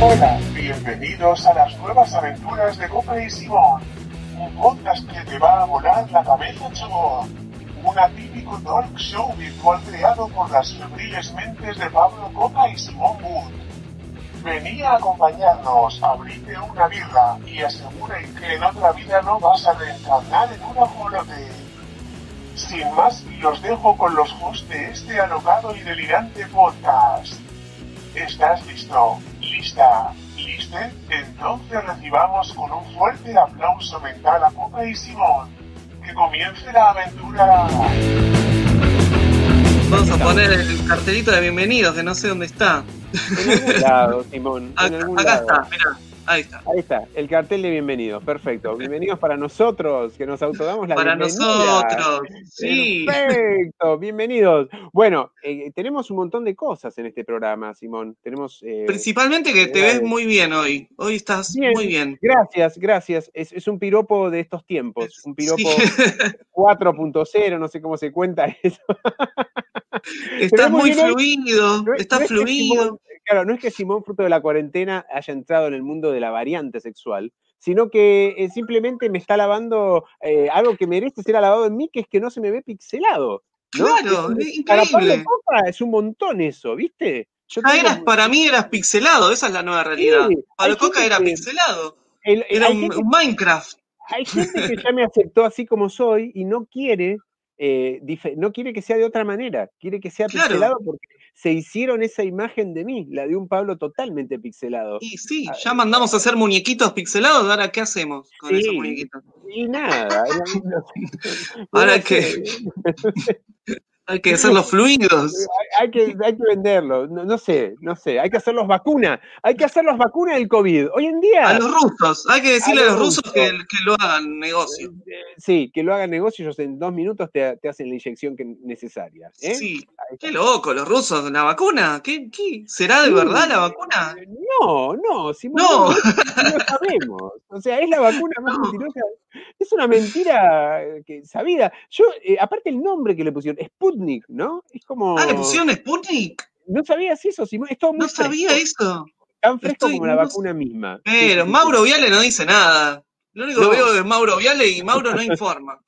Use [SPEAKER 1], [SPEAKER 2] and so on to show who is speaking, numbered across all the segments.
[SPEAKER 1] Hola, bienvenidos a las nuevas aventuras de Cope y Simón. Un podcast que te va a volar la cabeza, chavo. Un atípico talk show virtual creado por las febriles mentes de Pablo Coca y Simón Wood. Venía a acompañarnos, abrite una birra y aseguren que en otra vida no vas a reencarnar en un ajolote. Sin más, los dejo con los hosts de este alocado y delirante podcast. ¿Estás listo? ¿Lista? ¿Liste? Entonces recibamos con un fuerte aplauso mental a Coca y Simón. ¡Que comience la aventura!
[SPEAKER 2] Vamos a poner el cartelito de bienvenidos, que no sé dónde está.
[SPEAKER 3] En algún lado, Simón. en
[SPEAKER 2] Acá,
[SPEAKER 3] algún
[SPEAKER 2] acá
[SPEAKER 3] lado.
[SPEAKER 2] está, mirá, ahí está.
[SPEAKER 3] Ahí está, el cartel de bienvenidos, perfecto. Bienvenidos para nosotros, que nos autodamos la
[SPEAKER 2] Para
[SPEAKER 3] bienvenida.
[SPEAKER 2] nosotros, sí.
[SPEAKER 3] Perfecto, bienvenidos. Bueno, eh, tenemos un montón de cosas en este programa, Simón. Tenemos. eh,
[SPEAKER 2] Principalmente que te
[SPEAKER 3] Dale.
[SPEAKER 2] ves muy bien hoy. Hoy estás
[SPEAKER 3] Bien.
[SPEAKER 2] muy bien.
[SPEAKER 3] gracias, gracias. Es, es un piropo de estos tiempos, un piropo
[SPEAKER 2] Sí,
[SPEAKER 3] 4.0, no sé cómo se cuenta eso.
[SPEAKER 2] estás
[SPEAKER 3] muy
[SPEAKER 2] muy
[SPEAKER 3] bien hoy.
[SPEAKER 2] fluido,
[SPEAKER 3] No es- este
[SPEAKER 2] estás
[SPEAKER 3] no es que
[SPEAKER 2] fluido.
[SPEAKER 3] Simón- claro, no es que Simón, fruto de la cuarentena, haya entrado en el mundo de la variante sexual, sino que eh, simplemente me está lavando eh, algo que merece ser alabado en mí, que es que no se me ve pixelado. ¿no?
[SPEAKER 2] Claro,
[SPEAKER 3] Es
[SPEAKER 2] es
[SPEAKER 3] Para Pablo
[SPEAKER 2] increíble.
[SPEAKER 3] Copa es un montón eso, ¿viste? Yo
[SPEAKER 2] Ya
[SPEAKER 3] tengo-
[SPEAKER 2] Ah, eras, para mí eras pixelado, esa es la nueva
[SPEAKER 3] Sí,
[SPEAKER 2] realidad.
[SPEAKER 3] hay
[SPEAKER 2] Para Coca
[SPEAKER 3] gente
[SPEAKER 2] era
[SPEAKER 3] que-
[SPEAKER 2] pixelado,
[SPEAKER 3] el- el-
[SPEAKER 2] era
[SPEAKER 3] hay
[SPEAKER 2] un,
[SPEAKER 3] gente
[SPEAKER 2] un Minecraft.
[SPEAKER 3] hay gente que ya me aceptó así como soy y no quiere, eh, dife- no quiere que sea de otra manera, quiere que sea
[SPEAKER 2] Claro.
[SPEAKER 3] pixelado porque se hicieron esa imagen de mí, la de un Pablo totalmente pixelado.
[SPEAKER 2] Y sí,
[SPEAKER 3] Ah,
[SPEAKER 2] ya mandamos a hacer muñequitos pixelados, ahora ¿qué hacemos con
[SPEAKER 3] Sí.
[SPEAKER 2] esos muñequitos?
[SPEAKER 3] Y nada, era- no sé.
[SPEAKER 2] Ahora
[SPEAKER 3] No sé,
[SPEAKER 2] Hay que hacerlos fluidos.
[SPEAKER 3] hay que, hay que venderlo, no, no sé, no sé, hay que hacerlos vacuna, hay que hacerlos vacuna del COVID. Hoy en día, eh,
[SPEAKER 2] A los rusos, hay que decirle a
[SPEAKER 3] A
[SPEAKER 2] los
[SPEAKER 3] los
[SPEAKER 2] rusos que,
[SPEAKER 3] rusos.
[SPEAKER 2] que lo hagan negocio.
[SPEAKER 3] eh, sí, que lo hagan negocio, ellos en dos minutos te, te hacen la inyección que necesaria. ¿eh?
[SPEAKER 2] Sí,
[SPEAKER 3] Ahí está.
[SPEAKER 2] qué loco, los rusos, la vacuna, ¿qué, qué? será de
[SPEAKER 3] Sí.
[SPEAKER 2] verdad la vacuna?
[SPEAKER 3] No, no, Simón,
[SPEAKER 2] No.
[SPEAKER 3] no, no sabemos. O sea, es la vacuna más
[SPEAKER 2] No.
[SPEAKER 3] mentirosa. Es una mentira eh, que, sabida. Yo, eh, aparte el nombre que le pusieron, Sputnik, ¿no? Es como.
[SPEAKER 2] Ah, le pusieron Sputnik,
[SPEAKER 3] No sabías eso, Simón. Es todo muy
[SPEAKER 2] no sabía
[SPEAKER 3] fresco,
[SPEAKER 2] eso.
[SPEAKER 3] Tan fresco
[SPEAKER 2] Estoy-
[SPEAKER 3] como la
[SPEAKER 2] no
[SPEAKER 3] vacuna misma. Sí, sí,
[SPEAKER 2] Pero
[SPEAKER 3] sí.
[SPEAKER 2] Mauro Viale no dice nada. Lo único
[SPEAKER 3] No.
[SPEAKER 2] que veo es Mauro Viale y Mauro no informa.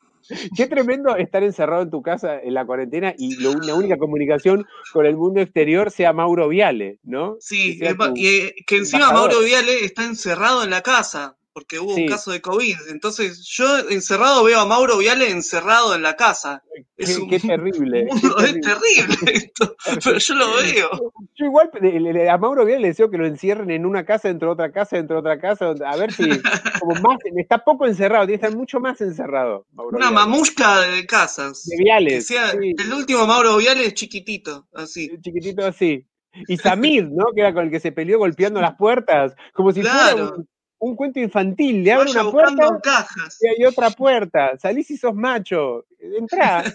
[SPEAKER 3] Qué tremendo estar encerrado en tu casa en la cuarentena y lo- la única comunicación con el mundo exterior sea Mauro Viale, ¿no?
[SPEAKER 2] Sí,
[SPEAKER 3] Que sea
[SPEAKER 2] es va-
[SPEAKER 3] tu-
[SPEAKER 2] y, eh, que encima
[SPEAKER 3] embajador.
[SPEAKER 2] Mauro Viale está encerrado en la casa, porque hubo un
[SPEAKER 3] Sí.
[SPEAKER 2] caso de COVID. Entonces, yo encerrado veo a Mauro Viale encerrado en la casa. Es
[SPEAKER 3] qué,
[SPEAKER 2] un
[SPEAKER 3] qué terrible. qué
[SPEAKER 2] mundo, es
[SPEAKER 3] terrible.
[SPEAKER 2] terrible esto, pero yo lo veo.
[SPEAKER 3] Yo igual le- le- le- a Mauro Vial le deseo que lo encierren en una casa, dentro de otra casa, dentro de otra casa, donde- a ver si como más, está poco encerrado, tiene que estar mucho más encerrado, Mauro
[SPEAKER 2] Una
[SPEAKER 3] Viale.
[SPEAKER 2] mamusca de casas.
[SPEAKER 3] De
[SPEAKER 2] Que
[SPEAKER 3] Viales,
[SPEAKER 2] sea,
[SPEAKER 3] sí,
[SPEAKER 2] el último Mauro Viale es chiquitito, así.
[SPEAKER 3] chiquitito así. Y Samir, ¿no? Que era con el que se peleó golpeando las puertas, como si fuera
[SPEAKER 2] Claro.
[SPEAKER 3] un, un cuento infantil. Le abre
[SPEAKER 2] Vaya
[SPEAKER 3] una puerta
[SPEAKER 2] buscando cajas.
[SPEAKER 3] y hay otra puerta. Salís si sos macho. Entrá, ¿eh?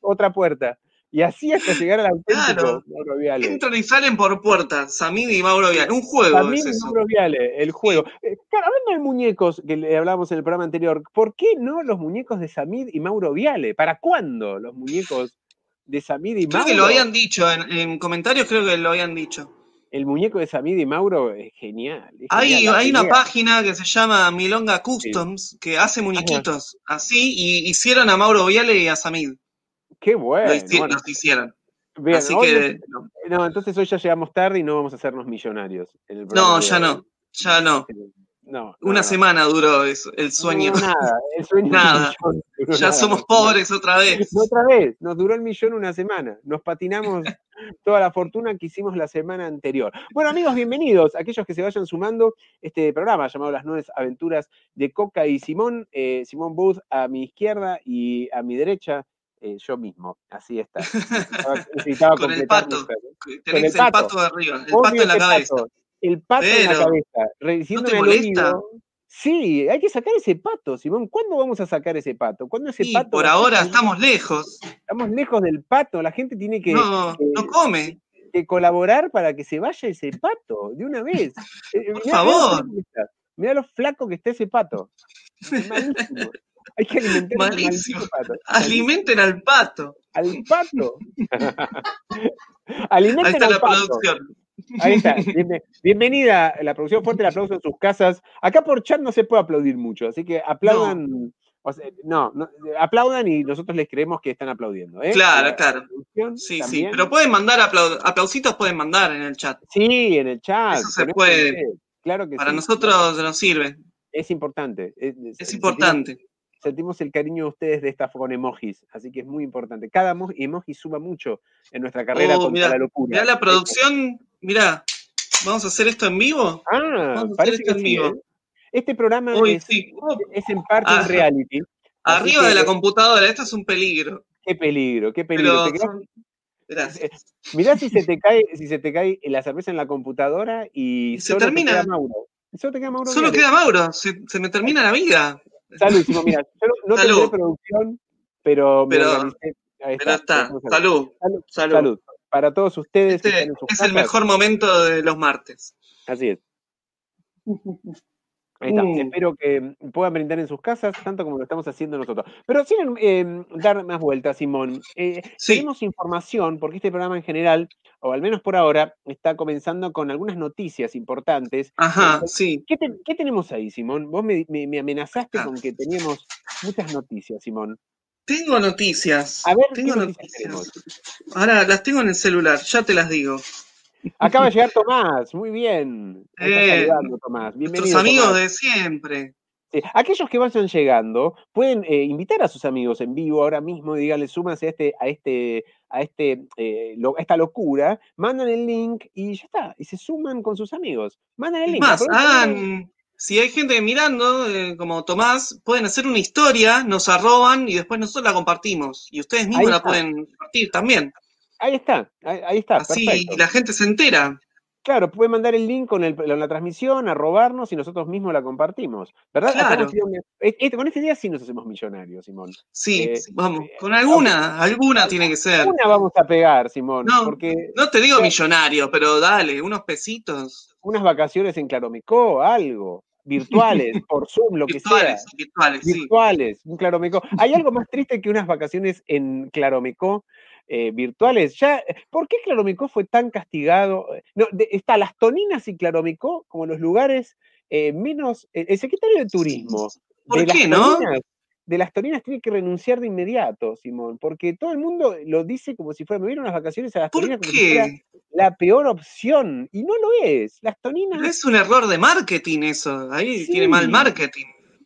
[SPEAKER 3] otra puerta. Y así hasta llegar al auténtico
[SPEAKER 2] Claro.
[SPEAKER 3] Mauro Viale.
[SPEAKER 2] Entran y salen por puertas, Samid y Mauro Viale. Un juego
[SPEAKER 3] También
[SPEAKER 2] es
[SPEAKER 3] el
[SPEAKER 2] eso.
[SPEAKER 3] número Viale, el juego. Eh, Claro, hablando de muñecos que le hablábamos en el programa anterior, ¿por qué no los muñecos de Samid y Mauro Viale? ¿Para cuándo los muñecos de Samid y
[SPEAKER 2] Creo
[SPEAKER 3] Mauro?
[SPEAKER 2] que lo habían dicho, en, en comentarios creo que lo habían dicho.
[SPEAKER 3] El muñeco de Samid y Mauro es genial. es
[SPEAKER 2] Hay,
[SPEAKER 3] genial, la
[SPEAKER 2] hay una
[SPEAKER 3] pelea.
[SPEAKER 2] página que se llama Milonga Customs que hace muñequitos así y hicieron a Mauro Viale y a Samid.
[SPEAKER 3] Qué bueno.
[SPEAKER 2] Lo hici-
[SPEAKER 3] bueno,
[SPEAKER 2] los hicieron.
[SPEAKER 3] bien,
[SPEAKER 2] así
[SPEAKER 3] hoy
[SPEAKER 2] que no,
[SPEAKER 3] no- no, entonces hoy ya llegamos tarde y no vamos a hacernos millonarios. en el programa
[SPEAKER 2] no,
[SPEAKER 3] de
[SPEAKER 2] ya
[SPEAKER 3] hoy.
[SPEAKER 2] no, ya no.
[SPEAKER 3] No, no,
[SPEAKER 2] Una
[SPEAKER 3] no.
[SPEAKER 2] semana duró eso, el sueño.
[SPEAKER 3] No, nada, el sueño
[SPEAKER 2] Nada.
[SPEAKER 3] del millón duró
[SPEAKER 2] ya
[SPEAKER 3] nada,
[SPEAKER 2] somos
[SPEAKER 3] no.
[SPEAKER 2] pobres otra vez.
[SPEAKER 3] Otra vez, nos duró el millón una semana. Nos patinamos toda la fortuna que hicimos la semana anterior. Bueno, amigos, bienvenidos. Aquellos que se vayan sumando, este programa llamado Las Nuevas Aventuras de Coca y Simón. eh, Simón Booth a mi izquierda y a mi derecha, eh, yo mismo. Así está. Necesitaba, necesitaba
[SPEAKER 2] Con el
[SPEAKER 3] completar
[SPEAKER 2] pato.
[SPEAKER 3] mi frase.
[SPEAKER 2] Tenés el
[SPEAKER 3] pato.
[SPEAKER 2] pato de arriba, el
[SPEAKER 3] Odio
[SPEAKER 2] pato en la
[SPEAKER 3] ese
[SPEAKER 2] cabeza.
[SPEAKER 3] pato, El pato en la
[SPEAKER 2] Pero,
[SPEAKER 3] cabeza. Diciéndome al
[SPEAKER 2] molesta?
[SPEAKER 3] oído, Sí, hay que sacar ese pato, Simón. ¿Cuándo vamos a sacar ese pato? ¿Cuándo ese
[SPEAKER 2] Y
[SPEAKER 3] pato?
[SPEAKER 2] por
[SPEAKER 3] va a
[SPEAKER 2] ahora
[SPEAKER 3] salir?
[SPEAKER 2] estamos lejos.
[SPEAKER 3] Estamos lejos del pato, la gente tiene que,
[SPEAKER 2] no, no come.
[SPEAKER 3] que colaborar para que se vaya ese pato de una vez. Eh,
[SPEAKER 2] Por
[SPEAKER 3] mirá- mirá lo
[SPEAKER 2] favor.
[SPEAKER 3] flaco que está. Mirá lo flaco que está ese pato. Es Malísimo. Hay que alimentar al
[SPEAKER 2] Malísimo.
[SPEAKER 3] maldito pato.
[SPEAKER 2] Alimenten al pato.
[SPEAKER 3] Al pato.
[SPEAKER 2] Ahí
[SPEAKER 3] Alimenten
[SPEAKER 2] está
[SPEAKER 3] al
[SPEAKER 2] la
[SPEAKER 3] pato.
[SPEAKER 2] producción.
[SPEAKER 3] Ahí está. Bienven- Bienvenida a la producción. Fuerte el aplauso en sus casas. Acá por chat no se puede aplaudir mucho, así que aplaudan. O sea, no, no, aplaudan y nosotros les creemos que están aplaudiendo. ¿eh?
[SPEAKER 2] Claro,
[SPEAKER 3] A la
[SPEAKER 2] claro.
[SPEAKER 3] producción
[SPEAKER 2] Sí, sí.
[SPEAKER 3] también.
[SPEAKER 2] Pero pueden mandar aplau- aplausitos, pueden mandar en el chat.
[SPEAKER 3] Sí, en el chat.
[SPEAKER 2] Eso se
[SPEAKER 3] ponemos
[SPEAKER 2] puede.
[SPEAKER 3] en el- Claro que
[SPEAKER 2] Para
[SPEAKER 3] sí.
[SPEAKER 2] nosotros nos sirve.
[SPEAKER 3] Es importante.
[SPEAKER 2] Es
[SPEAKER 3] Es, sentimos-
[SPEAKER 2] importante.
[SPEAKER 3] Sentimos el cariño de ustedes de esta con emojis, así que es muy importante. Cada mo- emoji suma mucho en nuestra carrera
[SPEAKER 2] Oh,
[SPEAKER 3] contra
[SPEAKER 2] mirá,
[SPEAKER 3] la locura. Este,
[SPEAKER 2] Mirá la producción, mirá, vamos a hacer esto en vivo. a
[SPEAKER 3] Ah,
[SPEAKER 2] hacer
[SPEAKER 3] parece
[SPEAKER 2] esto
[SPEAKER 3] que
[SPEAKER 2] en
[SPEAKER 3] sí,
[SPEAKER 2] vivo.
[SPEAKER 3] ¿eh? Este programa
[SPEAKER 2] Hoy
[SPEAKER 3] es,
[SPEAKER 2] sí. Oh,
[SPEAKER 3] es en parte
[SPEAKER 2] Ah.
[SPEAKER 3] un reality. Así
[SPEAKER 2] arriba
[SPEAKER 3] que-
[SPEAKER 2] de la computadora, esto es un peligro.
[SPEAKER 3] Qué peligro, qué peligro.
[SPEAKER 2] Pero
[SPEAKER 3] Te quedás-
[SPEAKER 2] son- gracias.
[SPEAKER 3] Mirá si se te cae, si se te cae la cerveza en la computadora y,
[SPEAKER 2] Y se
[SPEAKER 3] solo te
[SPEAKER 2] termina.
[SPEAKER 3] queda Mauro. Solo te queda Mauro.
[SPEAKER 2] Solo
[SPEAKER 3] Viale.
[SPEAKER 2] queda Mauro, se, se me termina la vida.
[SPEAKER 3] Salud, hicimos, mira, yo no- no
[SPEAKER 2] Salud.
[SPEAKER 3] tendré producción, pero me
[SPEAKER 2] Pero-
[SPEAKER 3] organicé. Ahí
[SPEAKER 2] Pero está,
[SPEAKER 3] Salud.
[SPEAKER 2] salud.
[SPEAKER 3] Salud.
[SPEAKER 2] Salud.
[SPEAKER 3] Salud. Para todos ustedes
[SPEAKER 2] Este
[SPEAKER 3] que están en sus
[SPEAKER 2] es el
[SPEAKER 3] casas,
[SPEAKER 2] mejor momento de los martes.
[SPEAKER 3] Así es. Ahí está.
[SPEAKER 2] Mm.
[SPEAKER 3] Espero que puedan brindar en sus casas, tanto como lo estamos haciendo nosotros. Pero sin eh, dar más vueltas, Simón. eh,
[SPEAKER 2] Sí.
[SPEAKER 3] Tenemos información, porque este programa en general, o al menos por ahora, está comenzando con algunas noticias importantes.
[SPEAKER 2] Ajá, sí.
[SPEAKER 3] ¿Qué, te- qué tenemos ahí, Simón? Vos me, me- me amenazaste
[SPEAKER 2] Ah.
[SPEAKER 3] con que teníamos muchas noticias, Simón.
[SPEAKER 2] Tengo noticias.
[SPEAKER 3] A ver, ¿qué
[SPEAKER 2] tengo
[SPEAKER 3] noticias
[SPEAKER 2] noticias. Ahora las tengo en el celular, ya te las digo.
[SPEAKER 3] Acaba de llegar Tomás, muy bien. Ahí está
[SPEAKER 2] Eh,
[SPEAKER 3] saludando, Tomás. Bienvenido.
[SPEAKER 2] Nuestros amigos
[SPEAKER 3] Tomás.
[SPEAKER 2] de siempre.
[SPEAKER 3] Sí, Aquellos que vayan llegando pueden eh, invitar a sus amigos en vivo ahora mismo, díganle, súmanse a este, a este, a este, eh, lo- a esta locura, mandan el link y ya está, y se suman con sus amigos. Mandan el
[SPEAKER 2] Es
[SPEAKER 3] link.
[SPEAKER 2] más,
[SPEAKER 3] aprovechan-
[SPEAKER 2] hagan, si hay gente mirando, eh, como Tomás, pueden hacer una historia, nos arroban y después nosotros la compartimos. Y ustedes mismos
[SPEAKER 3] Ahí
[SPEAKER 2] la
[SPEAKER 3] está.
[SPEAKER 2] pueden compartir también.
[SPEAKER 3] Ahí está, ahí, ahí está,
[SPEAKER 2] Así
[SPEAKER 3] perfecto.
[SPEAKER 2] la gente se entera.
[SPEAKER 3] Claro, pueden mandar el link con, el- con la transmisión, a robarnos y nosotros mismos la compartimos. ¿Verdad?
[SPEAKER 2] Claro.
[SPEAKER 3] Estamos haciendo- eh, eh, con esta idea sí nos hacemos millonarios, Simón.
[SPEAKER 2] Sí,
[SPEAKER 3] Eh,
[SPEAKER 2] vamos,
[SPEAKER 3] eh,
[SPEAKER 2] con alguna, alguna tiene que ser.
[SPEAKER 3] Una vamos a pegar, Simón,
[SPEAKER 2] No.
[SPEAKER 3] porque
[SPEAKER 2] No te digo
[SPEAKER 3] Sí.
[SPEAKER 2] millonario, pero dale, unos pesitos
[SPEAKER 3] unas vacaciones en Claromecó, algo, virtuales, por Zoom, lo que sea.
[SPEAKER 2] virtuales, virtuales, sí.
[SPEAKER 3] Virtuales, un Claromecó. ¿Hay algo más triste que unas vacaciones en Claromecó eh, virtuales? Ya, ¿Por qué Claromecó fue tan castigado? No, de- está Las Toninas y Claromecó como los lugares eh, menos. El, el secretario de Turismo.
[SPEAKER 2] ¿Por
[SPEAKER 3] de Las
[SPEAKER 2] qué, no?
[SPEAKER 3] Toninas, de las Toninas tiene que renunciar de inmediato, Simón, porque todo el mundo lo dice como si fuera, me vieron unas vacaciones a las
[SPEAKER 2] ¿Por
[SPEAKER 3] Toninas como si fuera
[SPEAKER 2] qué?
[SPEAKER 3] la peor opción. Y no lo es. Las Toninas.
[SPEAKER 2] Pero es un error de marketing eso. Ahí
[SPEAKER 3] Sí.
[SPEAKER 2] tiene mal marketing.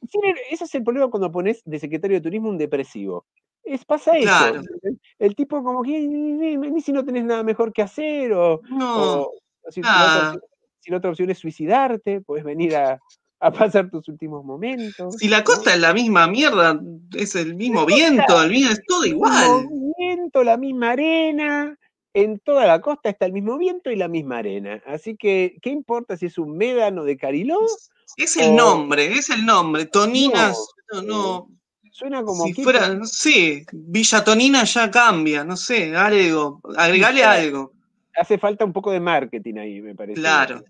[SPEAKER 3] tiene- ese es el problema cuando pones de secretario de turismo un depresivo. Es, pasa eso.
[SPEAKER 2] Claro.
[SPEAKER 3] El, el tipo como que ni, ni- ni si no tenés nada mejor que hacer o,
[SPEAKER 2] No,
[SPEAKER 3] o- o si,
[SPEAKER 2] ah.
[SPEAKER 3] la otra, opción- si la otra opción es suicidarte, puedes venir a, a pasar tus últimos momentos.
[SPEAKER 2] si la
[SPEAKER 3] ¿no?
[SPEAKER 2] costa es la misma mierda, es el mismo viento, el mismo, es todo
[SPEAKER 3] El
[SPEAKER 2] igual.
[SPEAKER 3] mismo viento, la misma arena. En toda la costa está el mismo viento y la misma arena. Así que, ¿qué importa si es un médano de Cariló?
[SPEAKER 2] Es el
[SPEAKER 3] O-
[SPEAKER 2] nombre, es el nombre. Toninas, no, no.
[SPEAKER 3] Suena como
[SPEAKER 2] si
[SPEAKER 3] Quito.
[SPEAKER 2] fuera, no sé, Villa Tonina ya cambia, no sé, algo, agregale
[SPEAKER 3] Claro.
[SPEAKER 2] algo,
[SPEAKER 3] Hace falta un poco de marketing ahí, me parece.
[SPEAKER 2] Claro.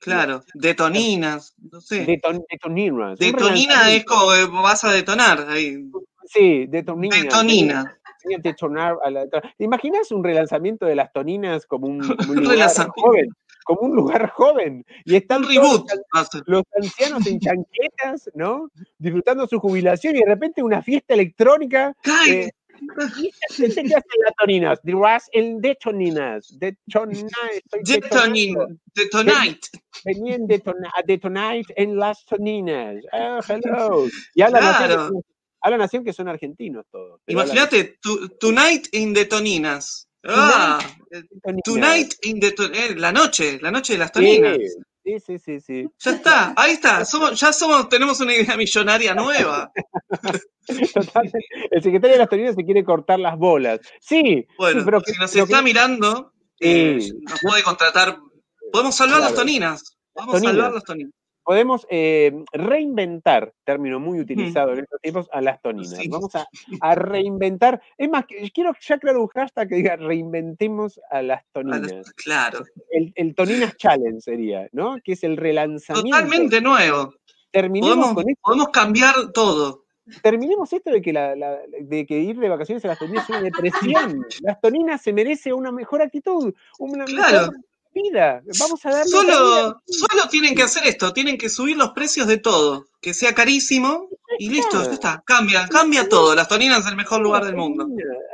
[SPEAKER 2] claro. Detoninas, no sé.
[SPEAKER 3] Deton- detoninas. un
[SPEAKER 2] Detonina es
[SPEAKER 3] relanzamiento.
[SPEAKER 2] como que vas a detonar ahí.
[SPEAKER 3] Sí, detoninas.
[SPEAKER 2] Detonina.
[SPEAKER 3] Tenía que detonar a la- ¿Te imaginas un relanzamiento de las toninas como un, como un
[SPEAKER 2] Un
[SPEAKER 3] lugar
[SPEAKER 2] relanzamiento.
[SPEAKER 3] joven? Como un lugar joven. Y están
[SPEAKER 2] Un
[SPEAKER 3] todos
[SPEAKER 2] reboot.
[SPEAKER 3] los an-
[SPEAKER 2] va a ser.
[SPEAKER 3] los ancianos en chanquetas, ¿no? Disfrutando su jubilación y de repente una fiesta electrónica.
[SPEAKER 2] Ay,
[SPEAKER 3] eh, ¿Y qué hacen las toninas? Dirás en detoninas. Detoninas. estoy
[SPEAKER 2] Detonin,
[SPEAKER 3] detonando.
[SPEAKER 2] Detonite.
[SPEAKER 3] venían detona- a detonar en las toninas. Oh, hello. Y hablan,
[SPEAKER 2] Claro.
[SPEAKER 3] así, que- hablan así que son argentinos todos. pero hablan
[SPEAKER 2] Imagínate, tu- Tonight in Detoninas. Ah,
[SPEAKER 3] así, toninas.
[SPEAKER 2] Tonight in Detoninas. la noche, la noche de las
[SPEAKER 3] Sí,
[SPEAKER 2] Toninas.
[SPEAKER 3] Sí, sí, sí, sí.
[SPEAKER 2] Ya está, ahí está. Somos, ya somos, tenemos una idea millonaria nueva.
[SPEAKER 3] Total, el secretario de las toninas se quiere cortar las bolas. Sí,
[SPEAKER 2] Bueno,
[SPEAKER 3] sí, pero que-
[SPEAKER 2] si nos
[SPEAKER 3] pero
[SPEAKER 2] está
[SPEAKER 3] que-
[SPEAKER 2] mirando, eh,
[SPEAKER 3] Sí.
[SPEAKER 2] nos puede contratar. Podemos salvar
[SPEAKER 3] Claro.
[SPEAKER 2] las Toninas. Vamos a
[SPEAKER 3] Toninas.
[SPEAKER 2] salvar las Toninas.
[SPEAKER 3] podemos eh, reinventar, término muy utilizado en estos tiempos, a las toninas.
[SPEAKER 2] Sí.
[SPEAKER 3] Vamos a, a reinventar. Es más, que- quiero ya crear un hashtag que diga reinventemos a las
[SPEAKER 2] A
[SPEAKER 3] toninas.
[SPEAKER 2] las- claro,
[SPEAKER 3] el, el Toninas Challenge sería, ¿no? Que es el relanzamiento.
[SPEAKER 2] totalmente nuevo.
[SPEAKER 3] Terminemos
[SPEAKER 2] Podemos,
[SPEAKER 3] con esto,
[SPEAKER 2] podemos cambiar todo.
[SPEAKER 3] terminemos esto de que, la- la- de que ir de vacaciones a las Toninas es una depresión. Las Toninas se merece una mejor actitud, una
[SPEAKER 2] Claro.
[SPEAKER 3] mejor vida. Vamos a darle.
[SPEAKER 2] Solo,
[SPEAKER 3] la vida.
[SPEAKER 2] solo tienen que hacer esto, tienen que subir los precios de todo, que sea carísimo y listo, ya está. Cambia, cambia todo. Las Toninas es el mejor lugar del mundo.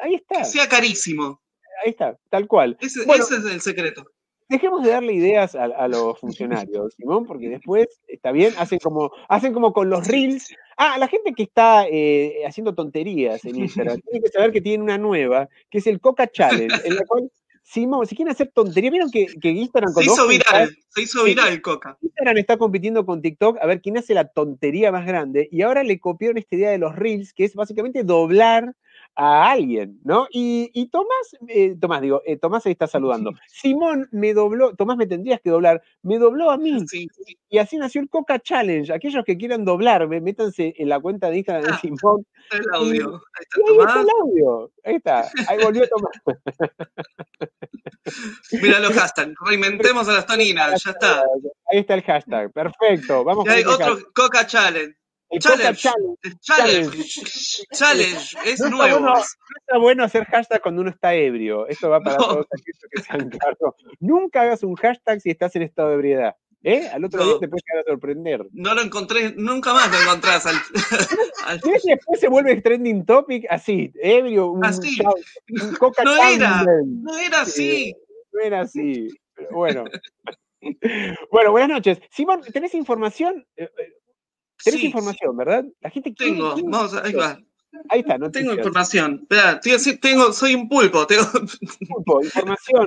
[SPEAKER 3] Ahí está,
[SPEAKER 2] Que sea carísimo.
[SPEAKER 3] ahí está, tal cual.
[SPEAKER 2] Ese,
[SPEAKER 3] Bueno.
[SPEAKER 2] ese es el secreto.
[SPEAKER 3] Dejemos de darle ideas a, a los funcionarios, Simón, porque después, está bien, hacen como, hacen como con los reels. Ah, la gente que está eh, haciendo tonterías en Instagram, tiene que saber que tienen una nueva, que es el Coca Challenge, en la cual, Simón, si quieren hacer tonterías, vieron que, que Instagram con
[SPEAKER 2] Se
[SPEAKER 3] dos
[SPEAKER 2] hizo
[SPEAKER 3] hashtags-
[SPEAKER 2] viral, se hizo viral, Coca.
[SPEAKER 3] Instagram está compitiendo con TikTok a ver quién hace la tontería más grande y ahora le copiaron esta idea de los reels, que es básicamente doblar a alguien, ¿no? Y, y Tomás, eh, Tomás, digo, eh, Tomás ahí está saludando. Simón me dobló, Tomás me tendrías que doblar, me dobló a mí
[SPEAKER 2] Sí, sí.
[SPEAKER 3] y así nació el Coca Challenge. Aquellos que quieran doblarme, métanse en la cuenta de Instagram de
[SPEAKER 2] Ah.
[SPEAKER 3] Simón.
[SPEAKER 2] Está el audio. Ahí está
[SPEAKER 3] Y ahí está
[SPEAKER 2] Tomás.
[SPEAKER 3] el audio, ahí está, ahí volvió Tomás.
[SPEAKER 2] Mira los hashtags. Reinventemos a las Toninas, ya está.
[SPEAKER 3] Ahí está el hashtag, perfecto, vamos
[SPEAKER 2] Ya hay
[SPEAKER 3] con el hashtag.
[SPEAKER 2] otro Coca Challenge.
[SPEAKER 3] El Coca
[SPEAKER 2] challenge.
[SPEAKER 3] Challenge.
[SPEAKER 2] Challenge. Challenge. Es nuevo.
[SPEAKER 3] está bueno hacer hashtag cuando uno está ebrio. Esto va para
[SPEAKER 2] No.
[SPEAKER 3] todos aquellos que sean claros. Nunca hagas un hashtag si estás en estado de ebriedad. ¿Eh? Al otro
[SPEAKER 2] No.
[SPEAKER 3] día te puedes llegar a sorprender.
[SPEAKER 2] No lo encontré, nunca más lo encontrás al, al-
[SPEAKER 3] ¿Ves? Y después se vuelve trending topic así, ebrio, un,
[SPEAKER 2] Así.
[SPEAKER 3] chau- un coca
[SPEAKER 2] No era.
[SPEAKER 3] Challenge.
[SPEAKER 2] No era así.
[SPEAKER 3] No era así. Pero bueno. Bueno, buenas noches. Simón, ¿tenés información? Eh, eh, Tenés
[SPEAKER 2] Sí,
[SPEAKER 3] información, ¿verdad? La gente quiere-
[SPEAKER 2] tengo.
[SPEAKER 3] quiere-
[SPEAKER 2] Vamos, a- ahí va.
[SPEAKER 3] Ahí está, no
[SPEAKER 2] Tengo información. Esperá, te iba a decir, tengo, soy un pulpo. tengo-
[SPEAKER 3] información.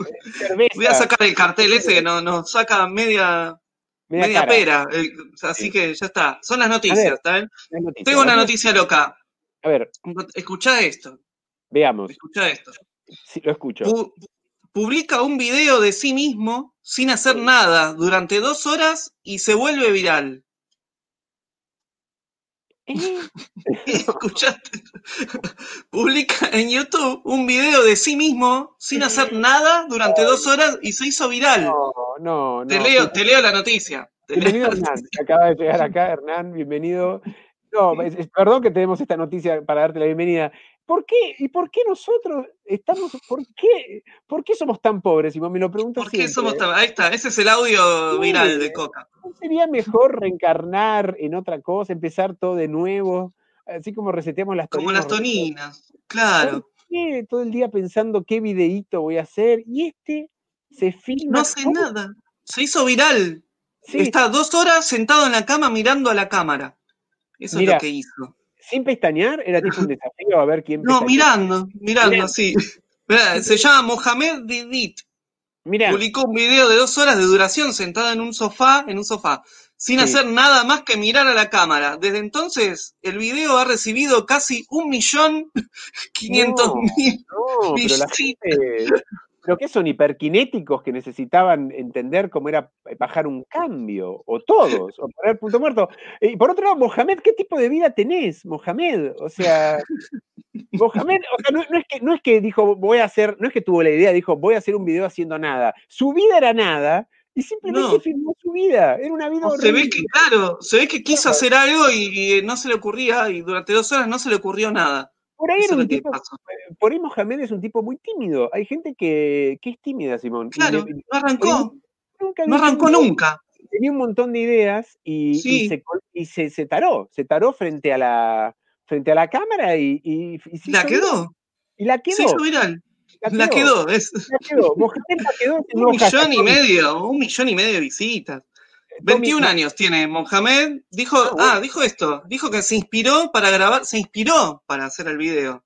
[SPEAKER 3] eh, cerveza,
[SPEAKER 2] voy a sacar el cartel ese que no- nos saca media,
[SPEAKER 3] media
[SPEAKER 2] media
[SPEAKER 3] cara,
[SPEAKER 2] pera. eh, así
[SPEAKER 3] Sí.
[SPEAKER 2] que ya está. Son las noticias,
[SPEAKER 3] A ver,
[SPEAKER 2] ¿está bien?
[SPEAKER 3] las noticias.
[SPEAKER 2] Tengo una
[SPEAKER 3] Vamos-
[SPEAKER 2] noticia loca.
[SPEAKER 3] A ver,
[SPEAKER 2] Escuchá esto.
[SPEAKER 3] veamos.
[SPEAKER 2] Escuchá esto.
[SPEAKER 3] Sí, lo escucho.
[SPEAKER 2] Pu- publica un video de sí mismo sin hacer nada durante dos horas y se vuelve viral. Escuchaste. Publica en YouTube un video de sí mismo sin hacer nada durante dos horas y se hizo viral.
[SPEAKER 3] No, no, no.
[SPEAKER 2] te, leo, te leo la noticia. Te leo-
[SPEAKER 3] Bienvenido Hernán, que acaba de llegar acá, Hernán, bienvenido. No, es- es- perdón que tenemos esta noticia para darte la bienvenida. ¿Por qué? ¿Y por qué nosotros estamos, por qué, por qué somos tan pobres? Simón? me lo pregunto
[SPEAKER 2] ¿Por qué
[SPEAKER 3] siempre.
[SPEAKER 2] somos tan- Ahí está, ese es el audio
[SPEAKER 3] Sí. eh,
[SPEAKER 2] viral de Coca.
[SPEAKER 3] ¿No sería mejor reencarnar en otra cosa, empezar todo de nuevo? Así como reseteamos las
[SPEAKER 2] Como las
[SPEAKER 3] tonillas.
[SPEAKER 2] toninas. Claro.
[SPEAKER 3] ¿Qué? Todo el día pensando qué videíto voy a hacer. Y este se filma.
[SPEAKER 2] No hace
[SPEAKER 3] ¿Cómo?
[SPEAKER 2] nada. Se hizo viral.
[SPEAKER 3] Sí,
[SPEAKER 2] Está dos horas sentado en la cama mirando a la cámara. Eso es
[SPEAKER 3] Mirá.
[SPEAKER 2] lo que hizo.
[SPEAKER 3] sin pestañear, era tipo un desafío a ver quién
[SPEAKER 2] No,
[SPEAKER 3] pestañea.
[SPEAKER 2] mirando, mirando,
[SPEAKER 3] Mirá.
[SPEAKER 2] sí. Mirá, Se llama Mohamed Didit.
[SPEAKER 3] Mirá,
[SPEAKER 2] Publicó un video de dos horas de duración sentado en un sofá, en un sofá, sin
[SPEAKER 3] Sí.
[SPEAKER 2] hacer nada más que mirar a la cámara. Desde entonces, el video ha recibido casi un millón quinientos mil.
[SPEAKER 3] no, pero la
[SPEAKER 2] Sí.
[SPEAKER 3] gente. ¿Pero qué son hiperquinéticos que necesitaban entender cómo era bajar un cambio? O todos, o poner punto muerto. Y por otro lado, Mohamed, ¿qué tipo de vida tenés, Mohamed? O sea, Mohamed, o sea, no, no es que, no es que dijo, voy a hacer, no es que tuvo la idea, dijo, voy a hacer un video haciendo nada. Su vida era nada y simplemente
[SPEAKER 2] No.
[SPEAKER 3] filmó su vida. Era una vida
[SPEAKER 2] Se
[SPEAKER 3] horrible.
[SPEAKER 2] ve que, claro, se ve que quiso hacer algo y, y no se le ocurría, y durante dos horas no se le ocurrió nada.
[SPEAKER 3] Por ahí
[SPEAKER 2] Eso
[SPEAKER 3] era
[SPEAKER 2] es
[SPEAKER 3] un
[SPEAKER 2] lo que
[SPEAKER 3] tipo
[SPEAKER 2] pasó.
[SPEAKER 3] por ahí Mohamed es un tipo muy tímido. Hay gente que, que es tímida, Simón. y
[SPEAKER 2] Claro,
[SPEAKER 3] le- y
[SPEAKER 2] no arrancó,
[SPEAKER 3] nunca
[SPEAKER 2] no
[SPEAKER 3] dijo
[SPEAKER 2] arrancó
[SPEAKER 3] nada.
[SPEAKER 2] nunca.
[SPEAKER 3] Tenía un montón de ideas y, y
[SPEAKER 2] Sí.
[SPEAKER 3] se, col- y se, se taró, se taró frente a la, frente a la cámara y, y- y se
[SPEAKER 2] La
[SPEAKER 3] hizo viral.
[SPEAKER 2] quedó,
[SPEAKER 3] Y la
[SPEAKER 2] se
[SPEAKER 3] quedó.
[SPEAKER 2] hizo viral. La quedó, es
[SPEAKER 3] La quedó. Mohamed la quedó. es el
[SPEAKER 2] un
[SPEAKER 3] nuevo
[SPEAKER 2] millón
[SPEAKER 3] hashtag.
[SPEAKER 2] y medio, un millón y medio de visitas.
[SPEAKER 3] Tommy-
[SPEAKER 2] 21 años tiene Mohamed. Dijo,
[SPEAKER 3] Eh, Ah, bueno.
[SPEAKER 2] ah, dijo esto. Dijo que se inspiró para grabar, se inspiró para hacer el video.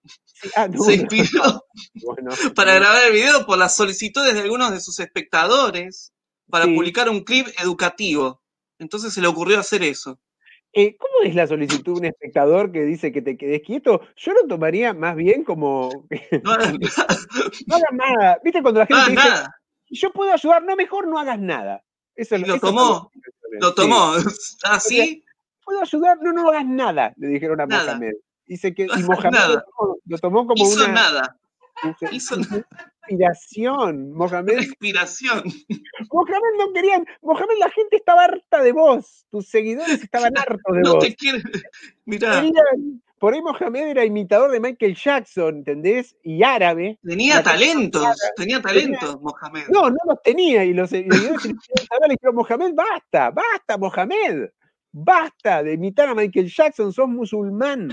[SPEAKER 3] Ah, no,
[SPEAKER 2] Se inspiró
[SPEAKER 3] bueno.
[SPEAKER 2] para grabar el video por las solicitudes de algunos de sus espectadores para
[SPEAKER 3] Sí.
[SPEAKER 2] publicar un clip educativo. Entonces se le ocurrió hacer eso.
[SPEAKER 3] Eh, ¿Cómo es la solicitud de un espectador que dice que te quedes quieto? Yo lo tomaría más bien como.
[SPEAKER 2] No hagas
[SPEAKER 3] No hagas nada. ¿Viste cuando la gente
[SPEAKER 2] nada,
[SPEAKER 3] te dice,
[SPEAKER 2] nada.
[SPEAKER 3] yo puedo ayudar, no, mejor no hagas nada. Eso
[SPEAKER 2] Y lo
[SPEAKER 3] eso
[SPEAKER 2] tomó,
[SPEAKER 3] son las
[SPEAKER 2] Lo
[SPEAKER 3] Sí.
[SPEAKER 2] tomó. Así,
[SPEAKER 3] Puedo ayudar, no, no hagas nada, le dijeron a
[SPEAKER 2] Nada.
[SPEAKER 3] Mohamed. Y, se quedó- y Mohamed
[SPEAKER 2] Nada.
[SPEAKER 3] lo, tomó, lo tomó como
[SPEAKER 2] hizo
[SPEAKER 3] una
[SPEAKER 2] nada.
[SPEAKER 3] dice,
[SPEAKER 2] Hizo
[SPEAKER 3] inspiración. Mohamed,
[SPEAKER 2] respiración.
[SPEAKER 3] Mohamed no querían, Mohamed la gente estaba harta de vos, tus seguidores estaban hartos de
[SPEAKER 2] No
[SPEAKER 3] vos.
[SPEAKER 2] te quiere. Mirá,
[SPEAKER 3] Querían- Por ahí Mohamed era imitador de Michael Jackson, ¿entendés? Y árabe.
[SPEAKER 2] Tenía
[SPEAKER 3] La-
[SPEAKER 2] talentos, tenía
[SPEAKER 3] Tenía-
[SPEAKER 2] talentos, Mohamed.
[SPEAKER 3] No, no los tenía. Y los seguidores que le hicieron saber, le dijeron, Mohamed, basta, basta, Mohamed. Basta de imitar a Michael Jackson, sos musulmán.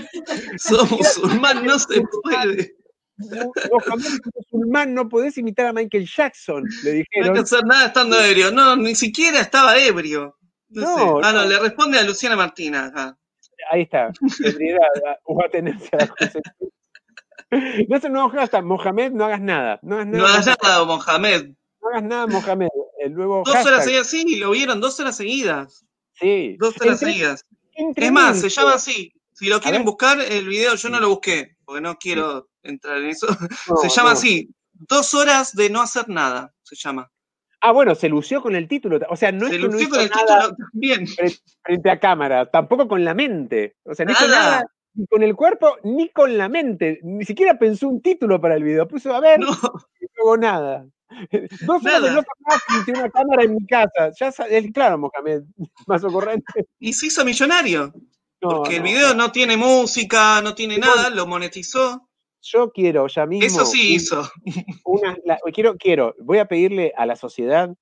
[SPEAKER 2] Sos musulmán, no se puede.
[SPEAKER 3] Mo- Mohamed sos musulmán, no podés imitar a Michael Jackson, le
[SPEAKER 2] No hay que
[SPEAKER 3] dijeron.
[SPEAKER 2] hacer nada estando ebrio. No, ni siquiera estaba ebrio. No,
[SPEAKER 3] No,
[SPEAKER 2] sé. Ah, no,
[SPEAKER 3] no.
[SPEAKER 2] le responde a Luciana Martina acá.
[SPEAKER 3] Ahí está, ebriedad, o atenerse a las consecuencias. No se no hashtag, Mohamed, no hagas nada. No hagas nada,
[SPEAKER 2] No hagas nada, Mohamed.
[SPEAKER 3] no hagas nada, Mohamed. El nuevo
[SPEAKER 2] Dos
[SPEAKER 3] hashtag.
[SPEAKER 2] horas seguidas, sí, lo vieron, dos horas seguidas.
[SPEAKER 3] Sí.
[SPEAKER 2] Dos horas
[SPEAKER 3] Entre-
[SPEAKER 2] seguidas.
[SPEAKER 3] entre
[SPEAKER 2] Es más, se
[SPEAKER 3] mil-
[SPEAKER 2] llama así. Si lo quieren
[SPEAKER 3] ver.
[SPEAKER 2] buscar, el video yo no lo busqué, porque no quiero entrar en eso.
[SPEAKER 3] No,
[SPEAKER 2] se llama
[SPEAKER 3] no.
[SPEAKER 2] así. Dos horas de no hacer nada, se llama.
[SPEAKER 3] Ah, bueno, se lució con el título. O sea, no
[SPEAKER 2] se
[SPEAKER 3] es que no
[SPEAKER 2] lució
[SPEAKER 3] hizo
[SPEAKER 2] con el
[SPEAKER 3] nada
[SPEAKER 2] título también.
[SPEAKER 3] frente a cámara, tampoco con la mente. O sea, no hizo
[SPEAKER 2] Nada.
[SPEAKER 3] nada ni con el cuerpo ni con la mente. Ni siquiera pensó un título para el video. Puso a ver, no,
[SPEAKER 2] No,
[SPEAKER 3] hago nada. Dos horas de
[SPEAKER 2] Nada.
[SPEAKER 3] no hacer nada frente a una cámara en mi casa. Ya sa- es claro, Mohamed, más ocurrente.
[SPEAKER 2] y se hizo millonario,
[SPEAKER 3] No,
[SPEAKER 2] porque el
[SPEAKER 3] no.
[SPEAKER 2] video no tiene música, no tiene
[SPEAKER 3] Bueno.
[SPEAKER 2] nada, lo monetizó.
[SPEAKER 3] Yo quiero ya mismo.
[SPEAKER 2] Eso sí
[SPEAKER 3] un-
[SPEAKER 2] hizo.
[SPEAKER 3] una- la- quiero, quiero, voy a pedirle a la sociedad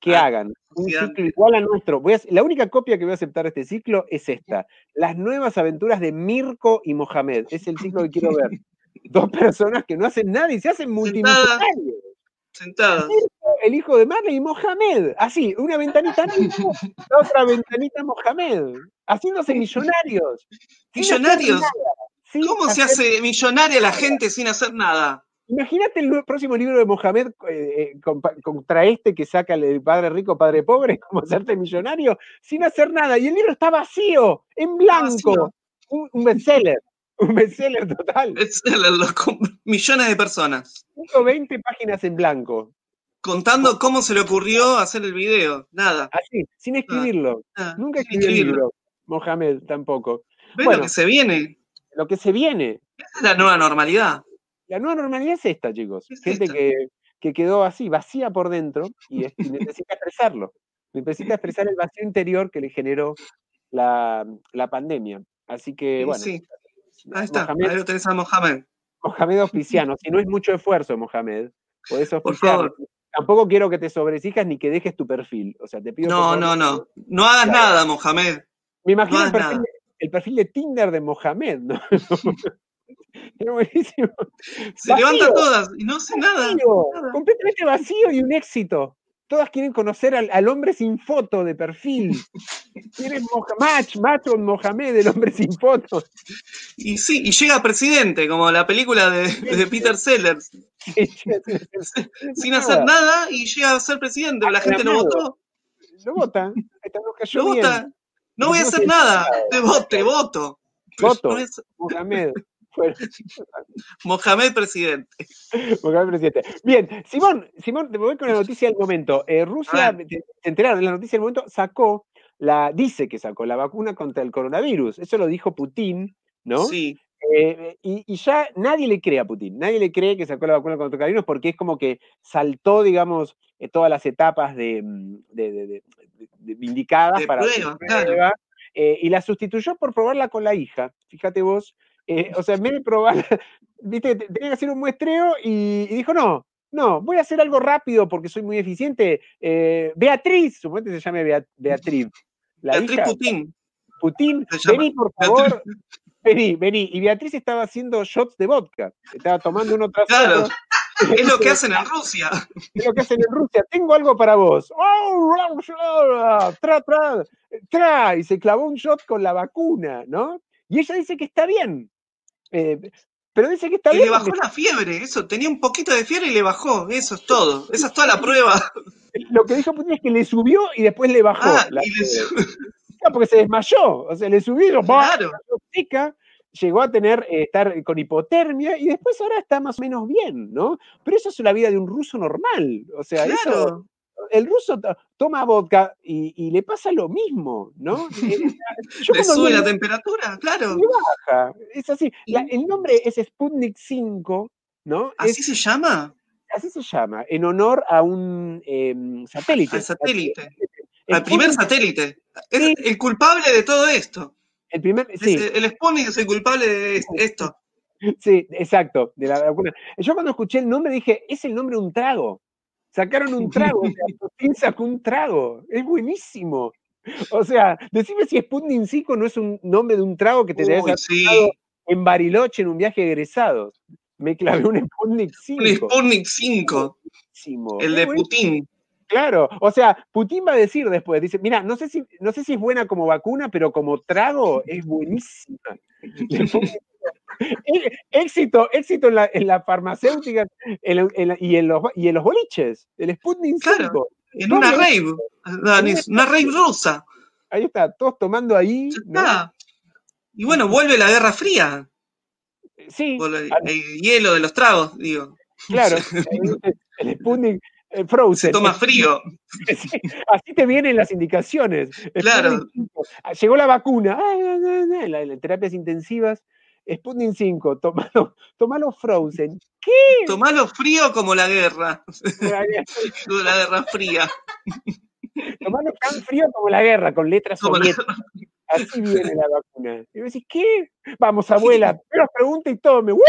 [SPEAKER 3] que
[SPEAKER 2] Ah,
[SPEAKER 3] hagan un
[SPEAKER 2] sociedad.
[SPEAKER 3] ciclo igual a nuestro. Voy a- la única copia que voy a aceptar de este ciclo es esta: Las nuevas aventuras de Mirko y Mohamed. Es el ciclo que quiero ver. Dos personas que no hacen nada y se hacen
[SPEAKER 2] Sentada.
[SPEAKER 3] multimillonarios.
[SPEAKER 2] Sentado.
[SPEAKER 3] El hijo de Marley y Mohamed. Así, una ventanita Mirko, la otra ventanita Mohamed. Haciéndose millonarios. Sin hacer
[SPEAKER 2] Millonarios.
[SPEAKER 3] nada, sin
[SPEAKER 2] ¿Cómo se
[SPEAKER 3] hacer
[SPEAKER 2] hace millonaria la gente sin hacer nada?
[SPEAKER 3] Imagínate el nue- próximo libro de Mohamed eh, eh, compa- contra este que saca el el padre rico, padre pobre, como hacerte millonario, sin hacer nada. Y el libro está vacío, en blanco.
[SPEAKER 2] vacío.
[SPEAKER 3] Un, un bestseller, un bestseller total.
[SPEAKER 2] Es- los com- millones de personas.
[SPEAKER 3] 120 páginas en blanco.
[SPEAKER 2] Contando cómo se le ocurrió hacer el video. Nada.
[SPEAKER 3] Así, sin escribirlo.
[SPEAKER 2] nada.
[SPEAKER 3] Nunca
[SPEAKER 2] Sin
[SPEAKER 3] escribió el
[SPEAKER 2] escribirlo.
[SPEAKER 3] libro. Mohamed tampoco.
[SPEAKER 2] Ve
[SPEAKER 3] Bueno.
[SPEAKER 2] lo que se viene.
[SPEAKER 3] Lo que se viene,
[SPEAKER 2] Esa es la nueva normalidad.
[SPEAKER 3] La nueva normalidad es esta, chicos.
[SPEAKER 2] Es
[SPEAKER 3] Gente
[SPEAKER 2] esta.
[SPEAKER 3] que, que quedó así, vacía por dentro y, es- y necesita expresarlo. Necesita expresar el vacío interior que le generó la, mm, la pandemia. Así que,
[SPEAKER 2] Y
[SPEAKER 3] Eh, bueno,
[SPEAKER 2] sí. Ahí está. Ahí
[SPEAKER 3] Mohamed,
[SPEAKER 2] lo tenés a Mohamed.
[SPEAKER 3] Mohamed auspiciano. Si no es mucho esfuerzo, Mohamed, podés
[SPEAKER 2] Por
[SPEAKER 3] auspiciarlo.
[SPEAKER 2] favor.
[SPEAKER 3] Tampoco quiero que te sobresijas ni que dejes tu perfil. O sea, te pido. por
[SPEAKER 2] No,
[SPEAKER 3] favor,
[SPEAKER 2] no, no. No hagas
[SPEAKER 3] Claro.
[SPEAKER 2] nada, Mohamed.
[SPEAKER 3] Me imagino
[SPEAKER 2] No
[SPEAKER 3] el,
[SPEAKER 2] hagas
[SPEAKER 3] perfil,
[SPEAKER 2] nada.
[SPEAKER 3] de- el perfil de Tinder de Mohamed, ¿no? Era buenísimo.
[SPEAKER 2] Se
[SPEAKER 3] Vacío.
[SPEAKER 2] levanta todas y no hace nada.
[SPEAKER 3] vacío,
[SPEAKER 2] nada.
[SPEAKER 3] completamente vacío y un éxito. Todas quieren conocer al, al hombre sin foto de perfil. Quieren Moha- match, match con Mohamed, el hombre sin foto.
[SPEAKER 2] Y sí, y llega presidente, como la película de, de Peter Sellers. Sin hacer nada y llega a ser presidente.
[SPEAKER 3] Ah,
[SPEAKER 2] La gente no
[SPEAKER 3] Aclamado.
[SPEAKER 2] votó.
[SPEAKER 3] No vota. Esta nos
[SPEAKER 2] No
[SPEAKER 3] cayó bien.
[SPEAKER 2] vota. No voy a
[SPEAKER 3] No
[SPEAKER 2] hacer
[SPEAKER 3] tiene
[SPEAKER 2] nada. Te voto, te voto. Pero
[SPEAKER 3] Voto.
[SPEAKER 2] no es-
[SPEAKER 3] Mohamed. Bueno,
[SPEAKER 2] Mohamed presidente.
[SPEAKER 3] Mohamed presidente. Bien, Simón, Simón, te voy con la noticia del momento. Eh, Rusia,
[SPEAKER 2] A
[SPEAKER 3] te, te enteraron, de la noticia del momento sacó, la, dice que sacó la vacuna contra el coronavirus. Eso lo dijo Putin, ¿no?
[SPEAKER 2] Sí.
[SPEAKER 3] Eh, y, y ya nadie le cree a Putin, nadie le cree que sacó la vacuna contra el coronavirus porque es como que saltó, digamos, eh, todas las etapas de, mm, de- de- de- de- de- indicadas
[SPEAKER 2] De
[SPEAKER 3] para
[SPEAKER 2] prueba, claro.
[SPEAKER 3] eh, y la sustituyó por probarla con la hija, fíjate vos, eh, o sea, en vez de probarla, viste, te- tenía que hacer un muestreo y, y dijo, no, no, voy a hacer algo rápido porque soy muy eficiente. eh, Beatriz, supongo que se llame Bea- Beatriz. La
[SPEAKER 2] Beatriz
[SPEAKER 3] hija,
[SPEAKER 2] Putin.
[SPEAKER 3] Putin,
[SPEAKER 2] Se llama.
[SPEAKER 3] vení por favor, vení, vení. Y Beatriz estaba haciendo shots de vodka, estaba tomando uno tras
[SPEAKER 2] Claro.
[SPEAKER 3] otro.
[SPEAKER 2] Es lo que hacen en Rusia.
[SPEAKER 3] Es lo que hacen en Rusia, tengo algo para vos. Oh, ra, ra, tra, tra, tra, y se clavó un shot con la vacuna, ¿no? Y ella dice que está bien. Eh, pero dice que está
[SPEAKER 2] Y
[SPEAKER 3] bien.
[SPEAKER 2] le bajó
[SPEAKER 3] porque
[SPEAKER 2] la fiebre, eso, tenía un poquito de fiebre y le bajó, eso es todo. Esa es toda la prueba.
[SPEAKER 3] Lo que dijo Putin es que le subió y después le bajó.
[SPEAKER 2] Ah,
[SPEAKER 3] la-
[SPEAKER 2] y le su-
[SPEAKER 3] Ah, porque se desmayó. O sea, le subió y lo-
[SPEAKER 2] claro.
[SPEAKER 3] seca, llegó a tener, eh, estar con hipotermia y después ahora está más o menos bien, ¿no? Pero eso es la vida de un ruso normal. O sea, eso-
[SPEAKER 2] Claro.
[SPEAKER 3] el ruso to- toma vodka y, y le pasa lo mismo, ¿no? Eh, Yo
[SPEAKER 2] Le
[SPEAKER 3] cuando
[SPEAKER 2] sube
[SPEAKER 3] vi
[SPEAKER 2] la
[SPEAKER 3] la
[SPEAKER 2] temperatura, claro.
[SPEAKER 3] hoja, es así. La- el nombre es Sputnik 5, ¿no? Es-
[SPEAKER 2] ¿Así se llama?
[SPEAKER 3] así se llama, en honor a un eh, satélite.
[SPEAKER 2] Al satélite.
[SPEAKER 3] El
[SPEAKER 2] Al primer satélite. Es el culpable de todo esto.
[SPEAKER 3] El primer, sí,
[SPEAKER 2] Es- eh, el Sputnik es el culpable de es- esto.
[SPEAKER 3] sí, exacto, de la vacuna. Yo cuando escuché el nombre dije, es el nombre de un trago. Sacaron un trago, o sea, Putin sacó un trago. Es buenísimo. O sea, decime si Sputnik 5 no es un nombre de un trago que te debes
[SPEAKER 2] Uy,
[SPEAKER 3] haber
[SPEAKER 2] sí.
[SPEAKER 3] tomado en Bariloche en un viaje de egresados. Me clavé un Sputnik
[SPEAKER 2] Un
[SPEAKER 3] 5.
[SPEAKER 2] Sputnik 5,
[SPEAKER 3] Buenísimo.
[SPEAKER 2] el
[SPEAKER 3] Es
[SPEAKER 2] de
[SPEAKER 3] buenísimo.
[SPEAKER 2] Putin.
[SPEAKER 3] Claro, o sea, Putin va a decir después, dice, mira, no sé si, no sé si es buena como vacuna, pero como trago es buenísima. Le pongo- Eh, éxito, éxito en la, en la farmacéutica en la- en la- y, en los, y en los boliches, el Sputnik
[SPEAKER 2] Claro.
[SPEAKER 3] 5.
[SPEAKER 2] En una
[SPEAKER 3] Doble-
[SPEAKER 2] rave, Dani, una rave rusa.
[SPEAKER 3] Ahí está, todos tomando ahí.
[SPEAKER 2] Ya
[SPEAKER 3] ¿no?
[SPEAKER 2] está. Y bueno, vuelve la Guerra Fría,
[SPEAKER 3] Sí,
[SPEAKER 2] por el, el hielo de los tragos, digo.
[SPEAKER 3] claro. El, el Sputnik eh, Frozen.
[SPEAKER 2] Se toma frío.
[SPEAKER 3] Sí, así te vienen las indicaciones.
[SPEAKER 2] Claro.
[SPEAKER 3] Sputnik 5. Ah, Llegó la vacuna, ah, ah, ah, ah, la- las terapias intensivas, Sputnik 5, tomalo, tomalo Frozen.
[SPEAKER 2] Tomalo frío como la guerra,
[SPEAKER 3] tomalo
[SPEAKER 2] como la Guerra Fría.
[SPEAKER 3] tan frío como la guerra, con letras
[SPEAKER 2] Como la-
[SPEAKER 3] soviéticas. Así viene la vacuna. Y vos decís, ¿qué? Vamos, abuela, pero pregunta y tome. ¡Woo!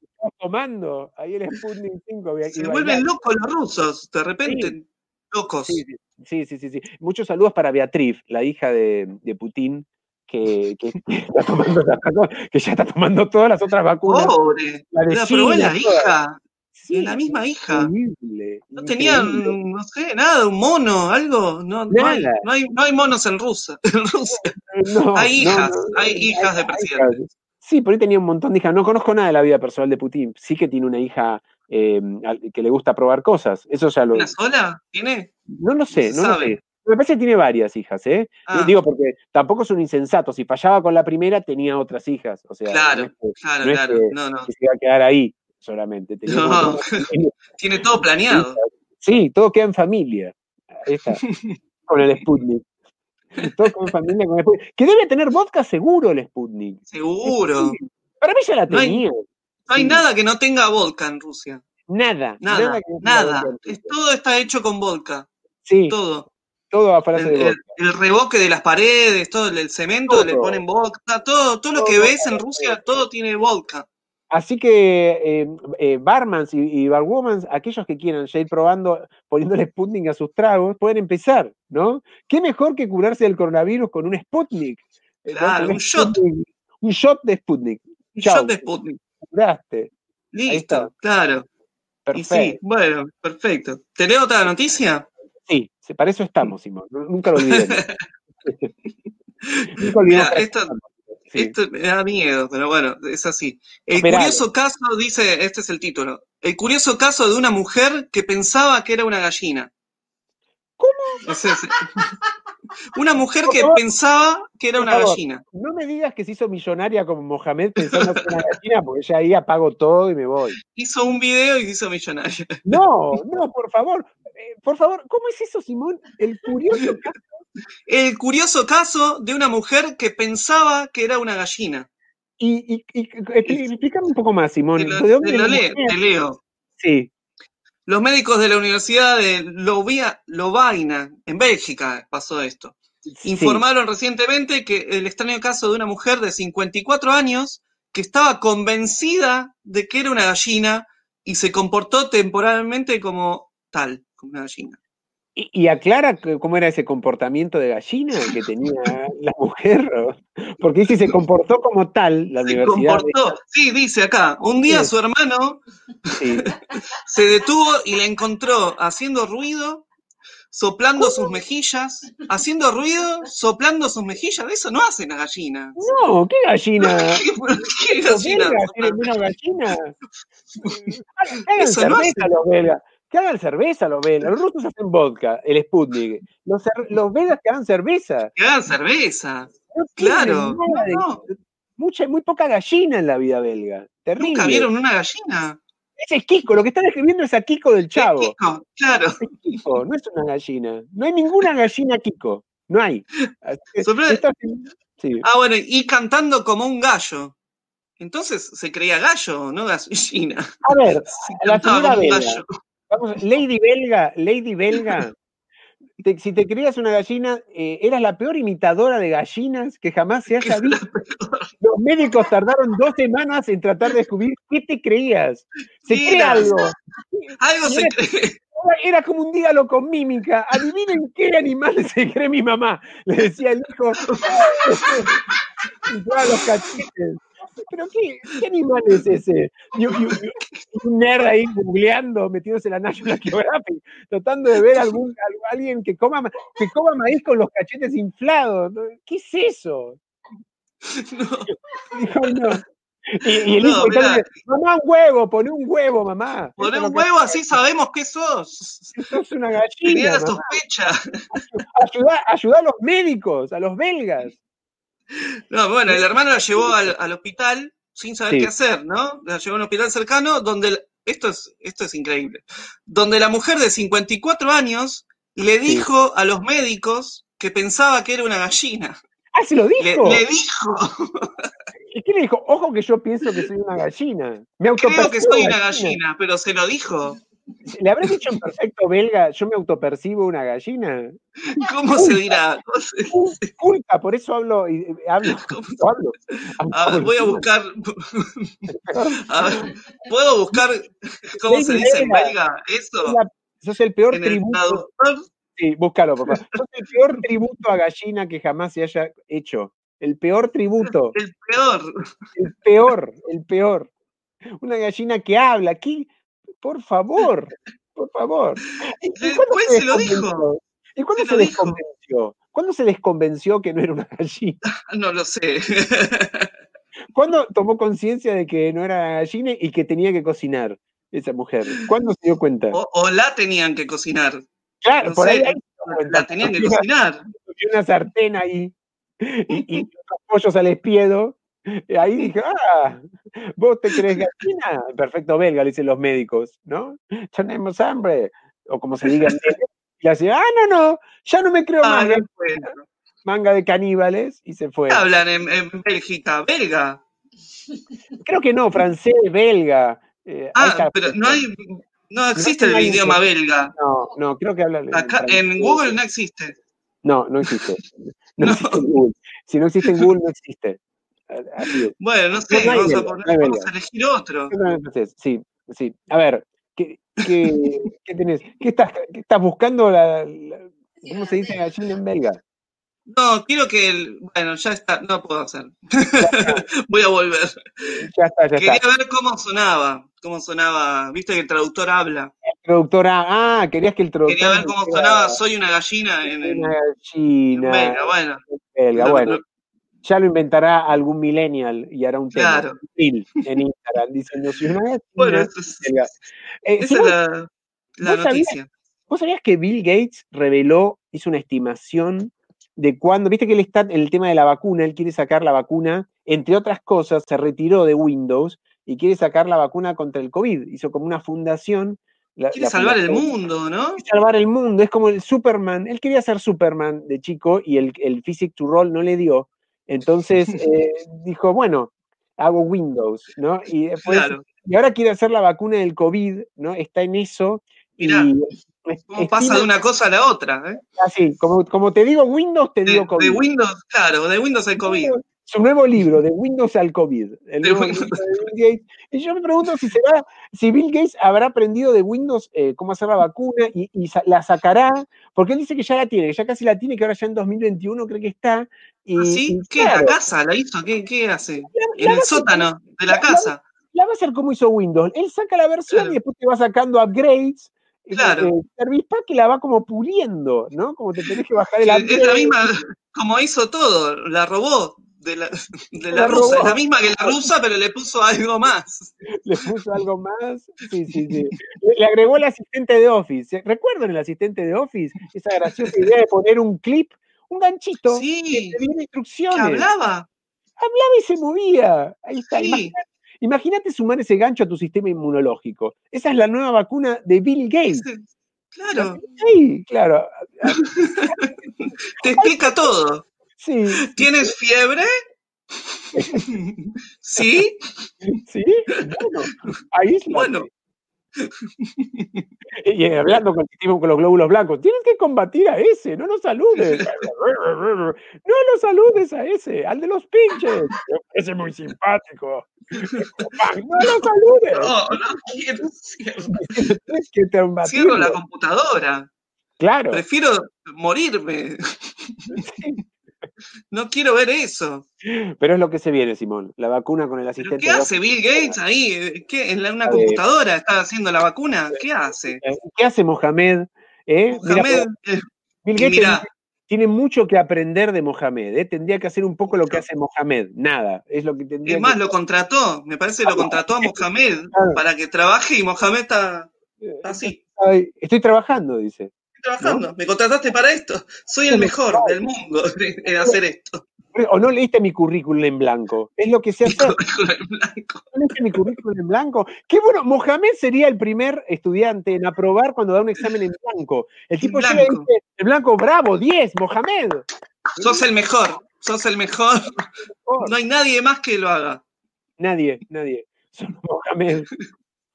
[SPEAKER 3] Estás Tomando ahí el Sputnik 5. y
[SPEAKER 2] Se
[SPEAKER 3] bailando.
[SPEAKER 2] vuelven locos los rusos, de repente, locos.
[SPEAKER 3] Sí, sí, sí, sí, sí. Muchos saludos para Beatriz, la hija de, de Putin, que, que, está tomando la vacuna- que ya está tomando todas las otras vacunas.
[SPEAKER 2] Pobre,
[SPEAKER 3] la
[SPEAKER 2] Oh,
[SPEAKER 3] de
[SPEAKER 2] la probó
[SPEAKER 3] China,
[SPEAKER 2] la
[SPEAKER 3] todas.
[SPEAKER 2] hija,
[SPEAKER 3] Sí,
[SPEAKER 2] la misma hija.
[SPEAKER 3] Increíble.
[SPEAKER 2] No tenían, no sé, nada, un mono, algo. No, no hay,
[SPEAKER 3] Nada.
[SPEAKER 2] no, hay, no hay monos en Rusia. En Rusia.
[SPEAKER 3] increíble. No,
[SPEAKER 2] hay
[SPEAKER 3] no,
[SPEAKER 2] hijas,
[SPEAKER 3] no, no,
[SPEAKER 2] hay
[SPEAKER 3] no,
[SPEAKER 2] hijas de presidentes.
[SPEAKER 3] Sí, por ahí tenía un montón de hijas. No conozco nada de la vida personal de Putin. Sí que tiene una hija eh, al- que le gusta probar cosas. Eso ya lo.
[SPEAKER 2] ¿Una sola? ¿Tiene?
[SPEAKER 3] No lo sé,
[SPEAKER 2] se
[SPEAKER 3] no lo
[SPEAKER 2] sabe.
[SPEAKER 3] sé. Me parece que tiene varias hijas, ¿eh?
[SPEAKER 2] Ah,
[SPEAKER 3] Digo, porque tampoco es un insensato. Si fallaba con la primera, tenía otras hijas. O sea,
[SPEAKER 2] Claro,
[SPEAKER 3] no es que-
[SPEAKER 2] claro,
[SPEAKER 3] no es
[SPEAKER 2] claro.
[SPEAKER 3] que-
[SPEAKER 2] No, no.
[SPEAKER 3] que se iba a quedar ahí solamente. Tenía
[SPEAKER 2] No.
[SPEAKER 3] como todo-
[SPEAKER 2] Tiene todo planeado.
[SPEAKER 3] Sí, todo queda en familia. Ahí está, con el Sputnik. Todo queda en familia con el Sputnik. Que debe tener vodka seguro el Sputnik.
[SPEAKER 2] Seguro.
[SPEAKER 3] Sí. Para mí ya la
[SPEAKER 2] No hay-
[SPEAKER 3] tenía.
[SPEAKER 2] No hay
[SPEAKER 3] Sí.
[SPEAKER 2] nada que no tenga vodka en Rusia.
[SPEAKER 3] Nada, nada.
[SPEAKER 2] Nada,
[SPEAKER 3] que no tenga
[SPEAKER 2] nada.
[SPEAKER 3] vodka en
[SPEAKER 2] Es-
[SPEAKER 3] Rusia.
[SPEAKER 2] todo está hecho con vodka.
[SPEAKER 3] Sí,
[SPEAKER 2] Todo.
[SPEAKER 3] todo a frase
[SPEAKER 2] El,
[SPEAKER 3] de
[SPEAKER 2] el-
[SPEAKER 3] vodka.
[SPEAKER 2] el revoque de las paredes, todo el, el cemento
[SPEAKER 3] Todo.
[SPEAKER 2] le ponen vodka. Todo, todo lo que
[SPEAKER 3] Todo
[SPEAKER 2] ves en
[SPEAKER 3] está
[SPEAKER 2] Rusia, todo tiene vodka.
[SPEAKER 3] Así que eh, eh, barmans y, y barwomans, aquellos que quieran ya ir probando, poniéndole Sputnik a sus tragos, pueden empezar, ¿no? ¿Qué mejor que curarse del coronavirus con un Sputnik? Eh, ¿no?
[SPEAKER 2] Claro,
[SPEAKER 3] Con
[SPEAKER 2] un shot.
[SPEAKER 3] Sputnik, un shot de Sputnik.
[SPEAKER 2] Un
[SPEAKER 3] Chau.
[SPEAKER 2] shot de Sputnik.
[SPEAKER 3] te Curaste. está.
[SPEAKER 2] Listo, claro. Y sí,
[SPEAKER 3] Perfecto.
[SPEAKER 2] bueno, perfecto. ¿Te leo otra noticia?
[SPEAKER 3] Sí, se- para eso estamos, Simón. No- Nunca lo olvidemos. Nunca olvidemos
[SPEAKER 2] Mira,
[SPEAKER 3] para
[SPEAKER 2] esto,
[SPEAKER 3] eso estamos. Sí.
[SPEAKER 2] Esto me da miedo, pero bueno, es así. El
[SPEAKER 3] Operado.
[SPEAKER 2] curioso caso, dice, este es el título, el curioso caso de una mujer que pensaba que era una gallina. ¿Cómo? una mujer que
[SPEAKER 3] Por favor.
[SPEAKER 2] pensaba que era
[SPEAKER 3] Por
[SPEAKER 2] una
[SPEAKER 3] favor.
[SPEAKER 2] gallina.
[SPEAKER 3] No me digas que se hizo millonaria como Mohamed pensando en una gallina, porque ya ahí apago todo y me voy.
[SPEAKER 2] Hizo un video y se hizo millonaria.
[SPEAKER 3] No, no, por favor. eh, por favor, ¿cómo es eso, Simón? El curioso caso.
[SPEAKER 2] El curioso caso de una mujer que pensaba que era una gallina.
[SPEAKER 3] Y, y, y- expli- explícame un poco más, Simón.
[SPEAKER 2] Te lo,
[SPEAKER 3] ¿De dónde
[SPEAKER 2] te lo
[SPEAKER 3] la
[SPEAKER 2] leo,
[SPEAKER 3] mujer?
[SPEAKER 2] te leo.
[SPEAKER 3] Sí,
[SPEAKER 2] Los médicos de la Universidad de Lovia- Lovaina, en Bélgica, pasó esto.
[SPEAKER 3] sí.
[SPEAKER 2] Informaron recientemente que el extraño caso de una mujer de 54 años que estaba convencida de que era una gallina y se comportó temporalmente como tal, como una gallina.
[SPEAKER 3] Y, y aclara c- cómo era ese comportamiento de gallina que tenía la mujer. ¿o? Porque dice, se comportó como tal la
[SPEAKER 2] Se
[SPEAKER 3] universidad.
[SPEAKER 2] comportó, sí, dice acá, un día
[SPEAKER 3] Bien.
[SPEAKER 2] su hermano
[SPEAKER 3] Sí.
[SPEAKER 2] se detuvo y la encontró haciendo ruido, soplando sus mejillas, haciendo ruido, soplando sus mejillas, eso no hace una gallina.
[SPEAKER 3] No, qué gallina.
[SPEAKER 2] ¿Qué
[SPEAKER 3] Los
[SPEAKER 2] gallina?
[SPEAKER 3] belgas tienen menos gallina. Hagan- Que hagan
[SPEAKER 2] Eso no
[SPEAKER 3] cerveza los belgas. Que hagan cerveza los belgas. Los rusos hacen vodka, el Sputnik. Los, cer- los belgas que hagan cerveza.
[SPEAKER 2] Que hagan cerveza.
[SPEAKER 3] No tienen
[SPEAKER 2] Claro.
[SPEAKER 3] nada de-
[SPEAKER 2] No,
[SPEAKER 3] mucha, muy poca gallina en la vida belga. Terrible.
[SPEAKER 2] nunca vieron una gallina.
[SPEAKER 3] Ese es Kiko. Lo que están escribiendo es a Kiko del Chavo.
[SPEAKER 2] Kiko, Claro.
[SPEAKER 3] Kiko, no es una gallina. No hay ninguna gallina Kiko. No hay. Así que
[SPEAKER 2] Sobre-
[SPEAKER 3] está- sí.
[SPEAKER 2] Ah, bueno, y cantando como un gallo. Entonces se creía gallo, no gallina.
[SPEAKER 3] A ver,
[SPEAKER 2] Se
[SPEAKER 3] La
[SPEAKER 2] cantaba
[SPEAKER 3] señora
[SPEAKER 2] como un
[SPEAKER 3] Vela.
[SPEAKER 2] gallo.
[SPEAKER 3] vamos, Lady Belga, Lady Belga. te- si te creías una gallina, eh, eras la peor imitadora de gallinas que jamás se haya visto. Los médicos tardaron dos semanas en tratar de descubrir qué te creías. Se
[SPEAKER 2] Sí,
[SPEAKER 3] cree
[SPEAKER 2] era-
[SPEAKER 3] algo.
[SPEAKER 2] Algo se
[SPEAKER 3] Mira.
[SPEAKER 2] cree.
[SPEAKER 3] Era- Era como un dígalo con mímica. Adivinen qué animal se cree mi mamá. Le decía el hijo. Y todos los cachetes. Pero qué, qué animal es ese? Y un- y un- y un nerd ahí googleando, metiéndose en la National Geographic, tratando de ver algún al- alguien que coma ma- que coma maíz con los cachetes inflados. ¿no? ¿Qué es eso?
[SPEAKER 2] No.
[SPEAKER 3] Dijo, no. Y, y el
[SPEAKER 2] No,
[SPEAKER 3] hijo
[SPEAKER 2] mirá.
[SPEAKER 3] entonces, mamá, un huevo, poné un huevo, mamá.
[SPEAKER 2] Poné
[SPEAKER 3] Eso es
[SPEAKER 2] un
[SPEAKER 3] lo que-
[SPEAKER 2] huevo, así sabemos qué sos.
[SPEAKER 3] sos una
[SPEAKER 2] Tenía
[SPEAKER 3] gallina.
[SPEAKER 2] la
[SPEAKER 3] mamá.
[SPEAKER 2] sospecha.
[SPEAKER 3] Ayudá, ayudá a los médicos, a los belgas.
[SPEAKER 2] No, bueno, el hermano la llevó al, al hospital sin saber
[SPEAKER 3] Sí.
[SPEAKER 2] qué hacer, ¿no? La llevó a un hospital cercano donde, el- esto es, esto es increíble, donde la mujer de 54 años le dijo a los médicos que pensaba que era una gallina.
[SPEAKER 3] Ah, se lo
[SPEAKER 2] Le,
[SPEAKER 3] dijo.
[SPEAKER 2] le dijo,
[SPEAKER 3] ¿Y qué le dijo? Ojo que yo pienso que soy una gallina. Me
[SPEAKER 2] creo que
[SPEAKER 3] autopercibo
[SPEAKER 2] soy una gallina, pero se lo dijo.
[SPEAKER 3] ¿Le habrás dicho en perfecto belga, yo me autopercibo una gallina?
[SPEAKER 2] ¿Cómo se dirá? ¿Cómo se-
[SPEAKER 3] Culpa, por eso hablo, y- y hablo,
[SPEAKER 2] cómo se-
[SPEAKER 3] hablo.
[SPEAKER 2] A ver, voy a buscar. A ver, ¿puedo buscar cómo se
[SPEAKER 3] Lady
[SPEAKER 2] dice en
[SPEAKER 3] Gaga.
[SPEAKER 2] belga eso?
[SPEAKER 3] Sos el peor
[SPEAKER 2] En el
[SPEAKER 3] tributo.
[SPEAKER 2] traductor.
[SPEAKER 3] Sí, búscalo, por favor. Sos el peor tributo a gallina que jamás se haya hecho. El peor tributo.
[SPEAKER 2] El peor.
[SPEAKER 3] El peor, el peor. Una gallina que habla aquí. Por favor, por favor. ¿Y
[SPEAKER 2] Sí,
[SPEAKER 3] cuándo
[SPEAKER 2] pues se lo dijo.
[SPEAKER 3] desconvenció? ¿Y cuándo
[SPEAKER 2] Se
[SPEAKER 3] se,
[SPEAKER 2] lo dijo.
[SPEAKER 3] desconvenció? ¿Cuándo se desconvenció que no era una gallina?
[SPEAKER 2] No lo sé.
[SPEAKER 3] ¿Cuándo tomó conciencia de que no era gallina y que tenía que cocinar esa mujer? ¿Cuándo se dio cuenta?
[SPEAKER 2] O, o la tenían que cocinar.
[SPEAKER 3] claro,
[SPEAKER 2] no
[SPEAKER 3] por ahí,
[SPEAKER 2] sé, eh,
[SPEAKER 3] ahí se dio cuenta.
[SPEAKER 2] La tenían que
[SPEAKER 3] Había-
[SPEAKER 2] cocinar.
[SPEAKER 3] había una sartén ahí y, y unos pollos al espiedo. Y ahí dije, ah, vos te crees gallina. Perfecto belga, le dicen los médicos, ¿no? Tenemos hambre. O como se diga. en belga. Y la señora, ah, no, no, ya no me creo
[SPEAKER 2] Ah,
[SPEAKER 3] manga,
[SPEAKER 2] no fue.
[SPEAKER 3] manga de caníbales. Y se fue.
[SPEAKER 2] Hablan en, en Bélgica, belga.
[SPEAKER 3] Creo que no, francés, belga. eh, ahí
[SPEAKER 2] Ah,
[SPEAKER 3] está.
[SPEAKER 2] pero no hay. No existe
[SPEAKER 3] No
[SPEAKER 2] el
[SPEAKER 3] hay
[SPEAKER 2] idioma belga.
[SPEAKER 3] No, no, creo que hablan. en
[SPEAKER 2] Acá en
[SPEAKER 3] francés.
[SPEAKER 2] Google no existe.
[SPEAKER 3] No, no existe. No,
[SPEAKER 2] No.
[SPEAKER 3] existe en Google. Si no existe en Google, no existe. Así es.
[SPEAKER 2] Bueno, no sé,
[SPEAKER 3] No, no hay
[SPEAKER 2] vamos a
[SPEAKER 3] belga, no hay
[SPEAKER 2] poner,
[SPEAKER 3] belga.
[SPEAKER 2] vamos a elegir otro.
[SPEAKER 3] Entonces, sí, sí. A ver, ¿qué, qué, qué tenés? ¿Qué estás, qué estás buscando? La, la- ¿Cómo se dice gallina en belga?
[SPEAKER 2] No, quiero que el. Bueno, ya está, no puedo hacer. Voy a volver.
[SPEAKER 3] Ya está, ya está.
[SPEAKER 2] Quería ver cómo sonaba. Cómo sonaba. Viste que el traductor habla.
[SPEAKER 3] Traductora. Ah, querías que el traductor.
[SPEAKER 2] Quería ver cómo
[SPEAKER 3] dijera,
[SPEAKER 2] sonaba Soy una gallina en, en-
[SPEAKER 3] Una
[SPEAKER 2] en
[SPEAKER 3] gallina
[SPEAKER 2] belga. Bueno,
[SPEAKER 3] en belga.
[SPEAKER 2] Lo-
[SPEAKER 3] Bueno,
[SPEAKER 2] lo-
[SPEAKER 3] ya lo inventará algún millennial y hará un tema.
[SPEAKER 2] Claro.
[SPEAKER 3] Mil en Instagram diciendo si una gallina.
[SPEAKER 2] bueno, eso es-
[SPEAKER 3] en belga. Eh, si
[SPEAKER 2] esa es
[SPEAKER 3] vos-
[SPEAKER 2] la, la
[SPEAKER 3] ¿vos sabías?
[SPEAKER 2] noticia.
[SPEAKER 3] ¿Vos sabías que Bill Gates reveló, hizo una estimación de cuándo, viste que él está en el tema de la vacuna, él quiere sacar la vacuna, entre otras cosas, se retiró de Windows y quiere sacar la vacuna contra el COVID. Hizo como una fundación. la-
[SPEAKER 2] Quiere
[SPEAKER 3] la
[SPEAKER 2] salvar el
[SPEAKER 3] fundación-
[SPEAKER 2] mundo, ¿no?
[SPEAKER 3] Quiere salvar el mundo, es como el Superman. Él quería ser Superman de chico y el, el Physic to Roll no le dio. Entonces eh, dijo, bueno, hago Windows, ¿no? Y eh, después
[SPEAKER 2] Claro.
[SPEAKER 3] y ahora quiere hacer la vacuna del COVID, ¿no? Está en eso.
[SPEAKER 2] Mirá,
[SPEAKER 3] y
[SPEAKER 2] ¿Cómo pasa de una cosa a la otra? eh?
[SPEAKER 3] Así, como, como te digo Windows, te
[SPEAKER 2] De,
[SPEAKER 3] digo
[SPEAKER 2] de
[SPEAKER 3] COVID.
[SPEAKER 2] Windows, claro, de Windows al COVID.
[SPEAKER 3] Su nuevo libro, de Windows al COVID. el
[SPEAKER 2] De
[SPEAKER 3] nuevo
[SPEAKER 2] Windows.
[SPEAKER 3] libro de Bill Gates. Y yo me pregunto si será, si Bill Gates habrá aprendido de Windows eh, cómo hacer la vacuna y, y sa- la sacará, porque él dice que ya la tiene, que ya casi la tiene, que ahora ya en 2021 cree que está. Y,
[SPEAKER 2] Ah, ¿Sí?
[SPEAKER 3] y
[SPEAKER 2] ¿Qué?
[SPEAKER 3] claro,
[SPEAKER 2] ¿La casa la hizo? ¿Qué, qué hace? En
[SPEAKER 3] la
[SPEAKER 2] el
[SPEAKER 3] base-
[SPEAKER 2] sótano de la
[SPEAKER 3] la- la-
[SPEAKER 2] casa.
[SPEAKER 3] la va a hacer como hizo Windows. Él saca la versión
[SPEAKER 2] Claro.
[SPEAKER 3] y después te va sacando upgrades. eh,
[SPEAKER 2] Claro.
[SPEAKER 3] eh, Service Pack que la va como puliendo, ¿no? Como te tenés que bajar el
[SPEAKER 2] Es la
[SPEAKER 3] upgrade.
[SPEAKER 2] misma, como hizo todo, la robó de la, de la
[SPEAKER 3] La
[SPEAKER 2] rusa.
[SPEAKER 3] robó.
[SPEAKER 2] Es la misma que la rusa, pero le puso algo más.
[SPEAKER 3] le puso algo más. Sí, sí, sí. Le, le agregó el asistente de Office. ¿Recuerdan el asistente de Office? Esa graciosa idea de poner un clip, un ganchito
[SPEAKER 2] Sí,
[SPEAKER 3] que te diera
[SPEAKER 2] que
[SPEAKER 3] instrucciones. Hablaba
[SPEAKER 2] hablaba.
[SPEAKER 3] y se movía. Ahí está.
[SPEAKER 2] Sí.
[SPEAKER 3] Imagina- Imagínate sumar ese gancho a tu sistema inmunológico. Esa es la nueva vacuna de Bill Gates.
[SPEAKER 2] ese- Claro,
[SPEAKER 3] Sí, claro.
[SPEAKER 2] te explica todo.
[SPEAKER 3] Sí,
[SPEAKER 2] ¿Tienes fiebre? ¿Sí?
[SPEAKER 3] sí. Bueno, ahí es la-
[SPEAKER 2] Bueno,
[SPEAKER 3] Y hablando con, tipo, con los glóbulos blancos, tienes que combatir a ese, no lo saludes. No lo saludes a ese, al de los pinches. Ese es muy simpático. No lo saludes.
[SPEAKER 2] No, oh, no quiero. cierro.
[SPEAKER 3] Tienes que combatirlo.
[SPEAKER 2] Cierro la computadora.
[SPEAKER 3] Claro.
[SPEAKER 2] Prefiero morirme. No quiero ver eso.
[SPEAKER 3] Pero es lo que se viene, Simón. La vacuna con el
[SPEAKER 2] ¿Pero
[SPEAKER 3] asistente.
[SPEAKER 2] ¿Qué hace Bill Gates ahí? ¿Qué, ¿En la- una
[SPEAKER 3] A ver.
[SPEAKER 2] computadora está haciendo la vacuna? ¿Qué hace?
[SPEAKER 3] Eh, ¿Qué hace Mohamed? ¿Eh? Mira,
[SPEAKER 2] Mohamed, eh,
[SPEAKER 3] Bill
[SPEAKER 2] y
[SPEAKER 3] Gates
[SPEAKER 2] mirá.
[SPEAKER 3] tiene mucho que aprender de Mohamed. ¿eh? Tendría que hacer un poco lo que hace Mohamed. Nada. Es lo que tendría
[SPEAKER 2] es más,
[SPEAKER 3] que- Ah.
[SPEAKER 2] lo contrató. Me parece que lo contrató a Mohamed
[SPEAKER 3] Claro.
[SPEAKER 2] para que trabaje y Mohamed está está así.
[SPEAKER 3] Ay, Estoy trabajando, dice.
[SPEAKER 2] Estoy trabajando. Me contrataste para esto. Soy el mejor del mundo en hacer esto.
[SPEAKER 3] O no leíste mi currículum en blanco. Es lo que se
[SPEAKER 2] Mi
[SPEAKER 3] hace.
[SPEAKER 2] currículum en blanco.
[SPEAKER 3] ¿No leíste mi currículum en blanco? Qué bueno. Mohamed sería el primer estudiante en aprobar cuando da un examen en blanco. El tipo llega y
[SPEAKER 2] blanco.
[SPEAKER 3] dice, en blanco, bravo, 10, Mohamed.
[SPEAKER 2] Sos el mejor. Sos el mejor.
[SPEAKER 3] Oh,
[SPEAKER 2] No hay nadie más que lo haga.
[SPEAKER 3] Nadie, nadie. Solo Mohamed.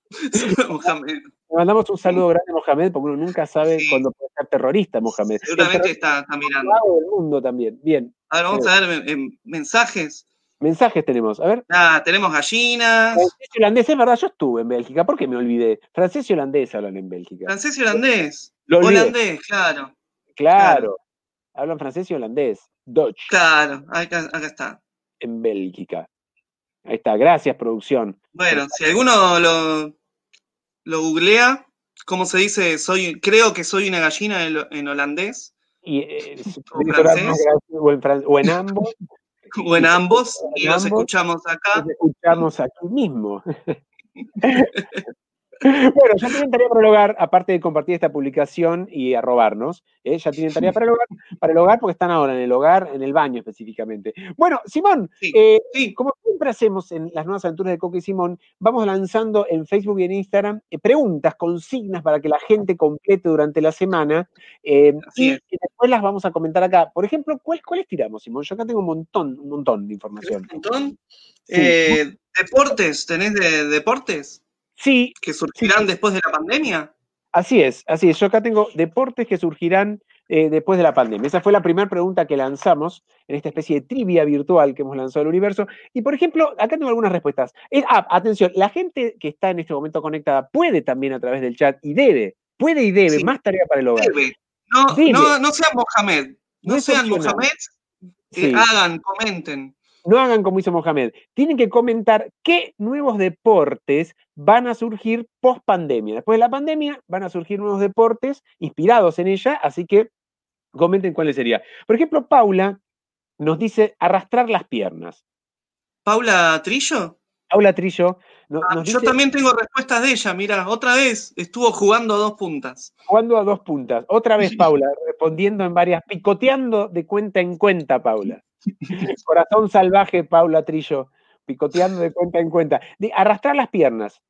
[SPEAKER 2] Solo Mohamed.
[SPEAKER 3] Le mandamos un saludo grande a Mohamed, porque uno nunca sabe
[SPEAKER 2] Sí.
[SPEAKER 3] cuándo puede ser terrorista Mohamed. El
[SPEAKER 2] Seguramente
[SPEAKER 3] terrorista
[SPEAKER 2] está, está mirando.
[SPEAKER 3] más bravo del mundo también. Bien,
[SPEAKER 2] A ver, vamos a ver em, em, mensajes.
[SPEAKER 3] mensajes tenemos. A ver,
[SPEAKER 2] Ah, tenemos gallinas.
[SPEAKER 3] francés y holandés, es verdad, yo estuve en Bélgica, ¿por qué me olvidé? Francés y holandés hablan en Bélgica.
[SPEAKER 2] Francés y holandés.
[SPEAKER 3] Lo olvidé,
[SPEAKER 2] Holandés, claro.
[SPEAKER 3] claro. Hablan francés y holandés. Dutch,
[SPEAKER 2] Claro, acá, acá está.
[SPEAKER 3] en Bélgica. Ahí está, gracias, producción.
[SPEAKER 2] Bueno, si alguno lo, lo googlea, ¿cómo se dice? Soy, creo que soy una gallina en, lo- en holandés
[SPEAKER 3] Y, eh, es-
[SPEAKER 2] ¿O
[SPEAKER 3] tenés que orar
[SPEAKER 2] francés?
[SPEAKER 3] más gracias, o, en fran- o en ambos,
[SPEAKER 2] o en ambos y
[SPEAKER 3] En
[SPEAKER 2] los
[SPEAKER 3] ambos.
[SPEAKER 2] escuchamos acá.
[SPEAKER 3] nos escuchamos aquí mismo. Bueno, ya tienen tarea para el hogar, aparte de compartir esta publicación y arrobarnos, ¿eh? ya tienen tarea para el hogar, para el hogar porque están ahora en el hogar, en el baño específicamente. Bueno, Simón,
[SPEAKER 2] Sí.
[SPEAKER 3] eh,
[SPEAKER 2] Sí,
[SPEAKER 3] como siempre hacemos en las nuevas aventuras de Coca y Simón, vamos lanzando en Facebook y en Instagram eh, preguntas, consignas para que la gente complete durante la semana eh,
[SPEAKER 2] Así
[SPEAKER 3] y,
[SPEAKER 2] es.
[SPEAKER 3] y después las vamos a comentar acá. Por ejemplo, ¿cuál- ¿cuáles tiramos, Simón? Yo acá tengo un montón, un montón de información.
[SPEAKER 2] un montón.
[SPEAKER 3] Sí.
[SPEAKER 2] Eh, deportes, ¿tenés de deportes
[SPEAKER 3] Sí,
[SPEAKER 2] que surgirán después de la pandemia?
[SPEAKER 3] Así es, así es. Yo acá tengo deportes que surgirán eh, después de la pandemia. Esa fue la primera pregunta que lanzamos en esta especie de trivia virtual que hemos lanzado al universo. Y por ejemplo, acá tengo algunas respuestas. Eh, ah, atención, la gente que está en este momento conectada puede también a través del chat y debe, puede y debe,
[SPEAKER 2] Sí.
[SPEAKER 3] más tarea para el hogar.
[SPEAKER 2] Debe. No,
[SPEAKER 3] Debe.
[SPEAKER 2] no, no sean Mohamed. No,
[SPEAKER 3] No es
[SPEAKER 2] sean
[SPEAKER 3] opcional.
[SPEAKER 2] Mohamed. eh,
[SPEAKER 3] Sí.
[SPEAKER 2] Hagan, comenten.
[SPEAKER 3] No hagan como hizo Mohamed. Tienen que comentar qué nuevos deportes van a surgir post pandemia. Después de la pandemia van a surgir nuevos deportes inspirados en ella, así que comenten cuáles serían. Por ejemplo, Paula nos dice arrastrar las piernas.
[SPEAKER 2] Paula Trillo.
[SPEAKER 3] Paula Trillo no-
[SPEAKER 2] Ah,
[SPEAKER 3] nos
[SPEAKER 2] yo
[SPEAKER 3] dice
[SPEAKER 2] también tengo respuestas de ella, mira, otra vez estuvo jugando a dos puntas.
[SPEAKER 3] jugando a dos puntas. Otra vez, Paula, respondiendo en varias, picoteando de cuenta en cuenta, Paula. Corazón salvaje, Paula Trillo, picoteando de cuenta en cuenta. Di- Arrastrar las piernas.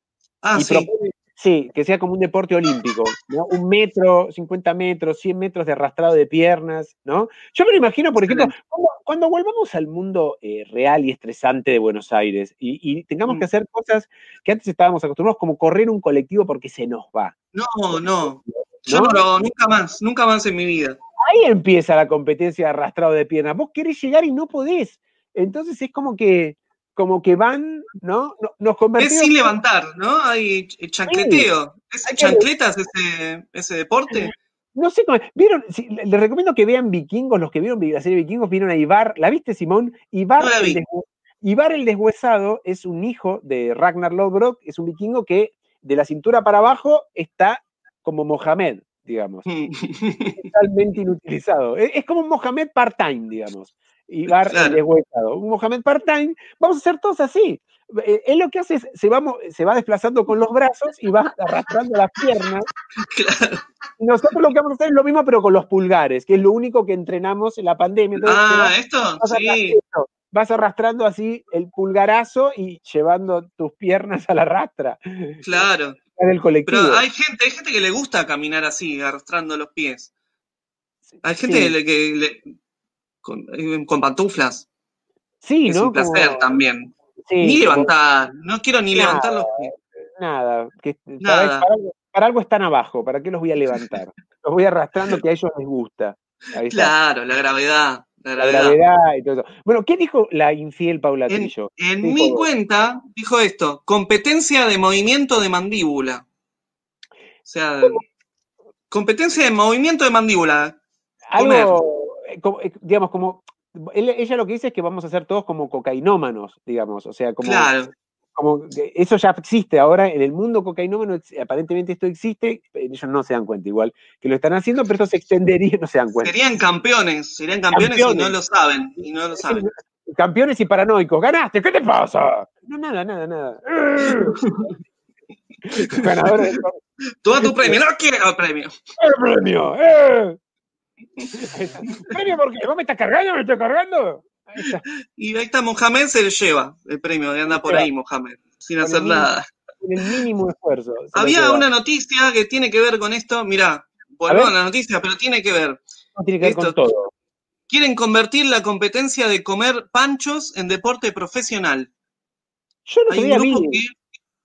[SPEAKER 2] Ah,
[SPEAKER 3] y
[SPEAKER 2] sí,
[SPEAKER 3] propone- sí, que sea como un deporte olímpico, ¿no? Un metro, 50 metros, 100 metros de arrastrado de piernas, ¿no? Yo me lo imagino, por ejemplo, cuando, cuando volvamos al mundo eh, real y estresante de Buenos Aires y, y tengamos
[SPEAKER 2] Mm.
[SPEAKER 3] que hacer cosas que antes estábamos acostumbrados, como correr un colectivo porque se nos va.
[SPEAKER 2] no, no. Yo
[SPEAKER 3] ¿no?
[SPEAKER 2] no lo, nunca más, nunca más en mi vida.
[SPEAKER 3] Ahí empieza la competencia de arrastrado de piernas. Vos querés llegar y no podés. Entonces es como que, como que van, ¿no? No- Nos
[SPEAKER 2] Es
[SPEAKER 3] convertimos...
[SPEAKER 2] sin levantar, ¿no? Hay ch- eh, chancleteo. ¿Es
[SPEAKER 3] Hay que-
[SPEAKER 2] chancletas ese, ese deporte?
[SPEAKER 3] No sé cómo. ¿Vieron? Sí, le- les recomiendo que vean Vikingos, los que vieron la serie Vikingos, vieron a Ibar. ¿La viste, Simón? Ibar,
[SPEAKER 2] No la
[SPEAKER 3] el,
[SPEAKER 2] vi.
[SPEAKER 3] deshu- Ivar el deshuesado es un hijo de Ragnar Lodbrok, es un vikingo que de la cintura para abajo está como Mohamed, digamos. Totalmente inutilizado. E, Es, es como un Mohamed part-time, digamos. Ibar el
[SPEAKER 2] Claro.
[SPEAKER 3] deshuesado. Un Mohamed part-time. Vamos a hacer todos así. Eh, Él lo que hace es, se va, mo- se va desplazando con los brazos y va arrastrando las piernas
[SPEAKER 2] Claro.
[SPEAKER 3] nosotros lo que vamos a hacer es lo mismo, pero con los pulgares, que es lo único que entrenamos en la pandemia. Entonces, te
[SPEAKER 2] Ah,
[SPEAKER 3] vas-
[SPEAKER 2] ¿esto?
[SPEAKER 3] vas,
[SPEAKER 2] Sí.
[SPEAKER 3] arrastrando, vas arrastrando así el pulgarazo y llevando tus piernas a la rastra
[SPEAKER 2] Claro.
[SPEAKER 3] en el colectivo.
[SPEAKER 2] Pero hay gente, hay gente que le gusta caminar así, arrastrando los pies. Hay gente
[SPEAKER 3] Sí.
[SPEAKER 2] que le- que le- con, eh, con pantuflas.
[SPEAKER 3] sí,
[SPEAKER 2] es
[SPEAKER 3] ¿no?
[SPEAKER 2] un placer
[SPEAKER 3] Como-
[SPEAKER 2] también.
[SPEAKER 3] sí,
[SPEAKER 2] ni
[SPEAKER 3] como-
[SPEAKER 2] levantar. No quiero ni
[SPEAKER 3] Nada.
[SPEAKER 2] levantar los pies.
[SPEAKER 3] nada, que
[SPEAKER 2] Nada.
[SPEAKER 3] Para, para algo, para algo están abajo, ¿para qué los voy a levantar? Los voy arrastrando que a ellos les gusta. Ahí está,
[SPEAKER 2] Claro, la gravedad. La
[SPEAKER 3] la
[SPEAKER 2] gravedad.
[SPEAKER 3] gravedad y todo eso. Bueno, ¿qué dijo la infiel Paula
[SPEAKER 2] En-
[SPEAKER 3] Trillo?
[SPEAKER 2] En
[SPEAKER 3] Sí,
[SPEAKER 2] mi
[SPEAKER 3] por-
[SPEAKER 2] cuenta dijo esto, competencia de movimiento de mandíbula. O sea, competencia de movimiento de mandíbula.
[SPEAKER 3] Algo, eh, como, eh, digamos, como... él- ella lo que dice es que vamos a ser todos como cocainómanos, digamos, o sea, como...
[SPEAKER 2] Claro,
[SPEAKER 3] como que eso ya existe ahora en el mundo cocainómano, ex- aparentemente esto existe, eh, ellos no se dan cuenta igual que lo están haciendo, pero esto se extendería y no se dan cuenta.
[SPEAKER 2] serían campeones, serían campeones,
[SPEAKER 3] Campeones.
[SPEAKER 2] y no lo saben, y no lo saben.
[SPEAKER 3] Campeones y paranoicos, ganaste, ¿qué te pasa? No, nada, nada, nada. Ganadores del
[SPEAKER 2] Tú a tu premio, no quiero premio.
[SPEAKER 3] ¡Eh, premio. ¡Eh! Ahí está. ¿Premio por qué? ¿Vos me estás cargando? ¿Me estoy cargando? Ahí está.
[SPEAKER 2] Y ahí está Mohamed, se le lleva el premio, y anda por
[SPEAKER 3] Lleva.
[SPEAKER 2] ahí Mohamed, sin
[SPEAKER 3] Con
[SPEAKER 2] hacer
[SPEAKER 3] el mismo-
[SPEAKER 2] nada.
[SPEAKER 3] Con el mínimo esfuerzo. se lo
[SPEAKER 2] Había
[SPEAKER 3] lleva.
[SPEAKER 2] una noticia que tiene que ver con esto, mirá, volvemos a la noticia, pero tiene que ver.
[SPEAKER 3] No tiene que ver con
[SPEAKER 2] Esto-
[SPEAKER 3] todo.
[SPEAKER 2] Quieren convertir la competencia de comer panchos en deporte profesional.
[SPEAKER 3] Yo no
[SPEAKER 2] Hay
[SPEAKER 3] sabía
[SPEAKER 2] un grupo
[SPEAKER 3] bien.
[SPEAKER 2] que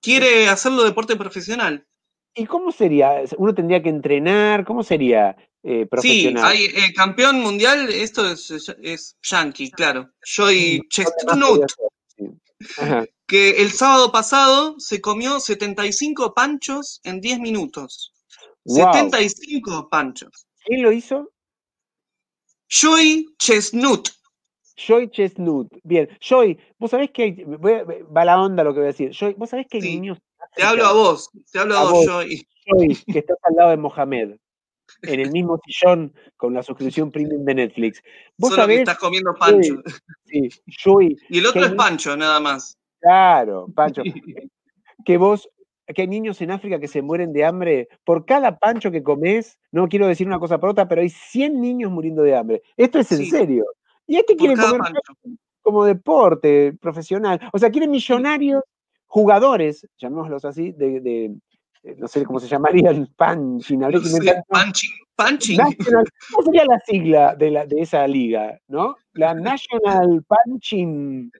[SPEAKER 2] quiere hacerlo deporte profesional.
[SPEAKER 3] ¿Y cómo sería? ¿Uno tendría que entrenar? ¿Cómo sería eh,
[SPEAKER 2] Sí,
[SPEAKER 3] profesional?
[SPEAKER 2] hay eh, campeón mundial, esto es, es- es yankee, claro. Joy
[SPEAKER 3] ¿Dónde más podría
[SPEAKER 2] Chestnut,
[SPEAKER 3] ser? Sí. Ajá.
[SPEAKER 2] que el sábado pasado se comió 75 panchos en 10 minutos.
[SPEAKER 3] Wow.
[SPEAKER 2] 75 panchos.
[SPEAKER 3] ¿Quién lo hizo?
[SPEAKER 2] Joy Chestnut.
[SPEAKER 3] Joy Chestnut. Bien, Joy, vos sabés que hay, voy a- va la onda lo que voy a decir. Joy, vos sabés que hay
[SPEAKER 2] Sí.
[SPEAKER 3] niños en
[SPEAKER 2] Te
[SPEAKER 3] África,
[SPEAKER 2] hablo a vos, te hablo a,
[SPEAKER 3] A
[SPEAKER 2] vos,
[SPEAKER 3] vos.
[SPEAKER 2] Joy.
[SPEAKER 3] Joy, que estás al lado de Mohamed, en el mismo sillón con la suscripción premium de Netflix. Vos
[SPEAKER 2] Solo que
[SPEAKER 3] sabés,
[SPEAKER 2] estás comiendo pancho.
[SPEAKER 3] sí, Joy,
[SPEAKER 2] Y el otro
[SPEAKER 3] que
[SPEAKER 2] es
[SPEAKER 3] no-
[SPEAKER 2] pancho, nada más.
[SPEAKER 3] claro, Pancho, que vos, que hay niños en África que se mueren de hambre. Por cada pancho que comes, no quiero decir una cosa por otra, pero hay 100 niños muriendo de hambre. Esto es en
[SPEAKER 2] Sí.
[SPEAKER 3] serio. Y este
[SPEAKER 2] Por
[SPEAKER 3] quiere
[SPEAKER 2] cada
[SPEAKER 3] comer
[SPEAKER 2] pancho.
[SPEAKER 3] como deporte profesional. O sea, quieren millonarios, jugadores, llamémoslos así, de, de- eh, no sé cómo se llamarían, punching, habría
[SPEAKER 2] No
[SPEAKER 3] que
[SPEAKER 2] sé,
[SPEAKER 3] inventar.
[SPEAKER 2] punching, punching.
[SPEAKER 3] National- ¿Cómo sería la sigla de, la, de esa liga? ¿No? La National Punching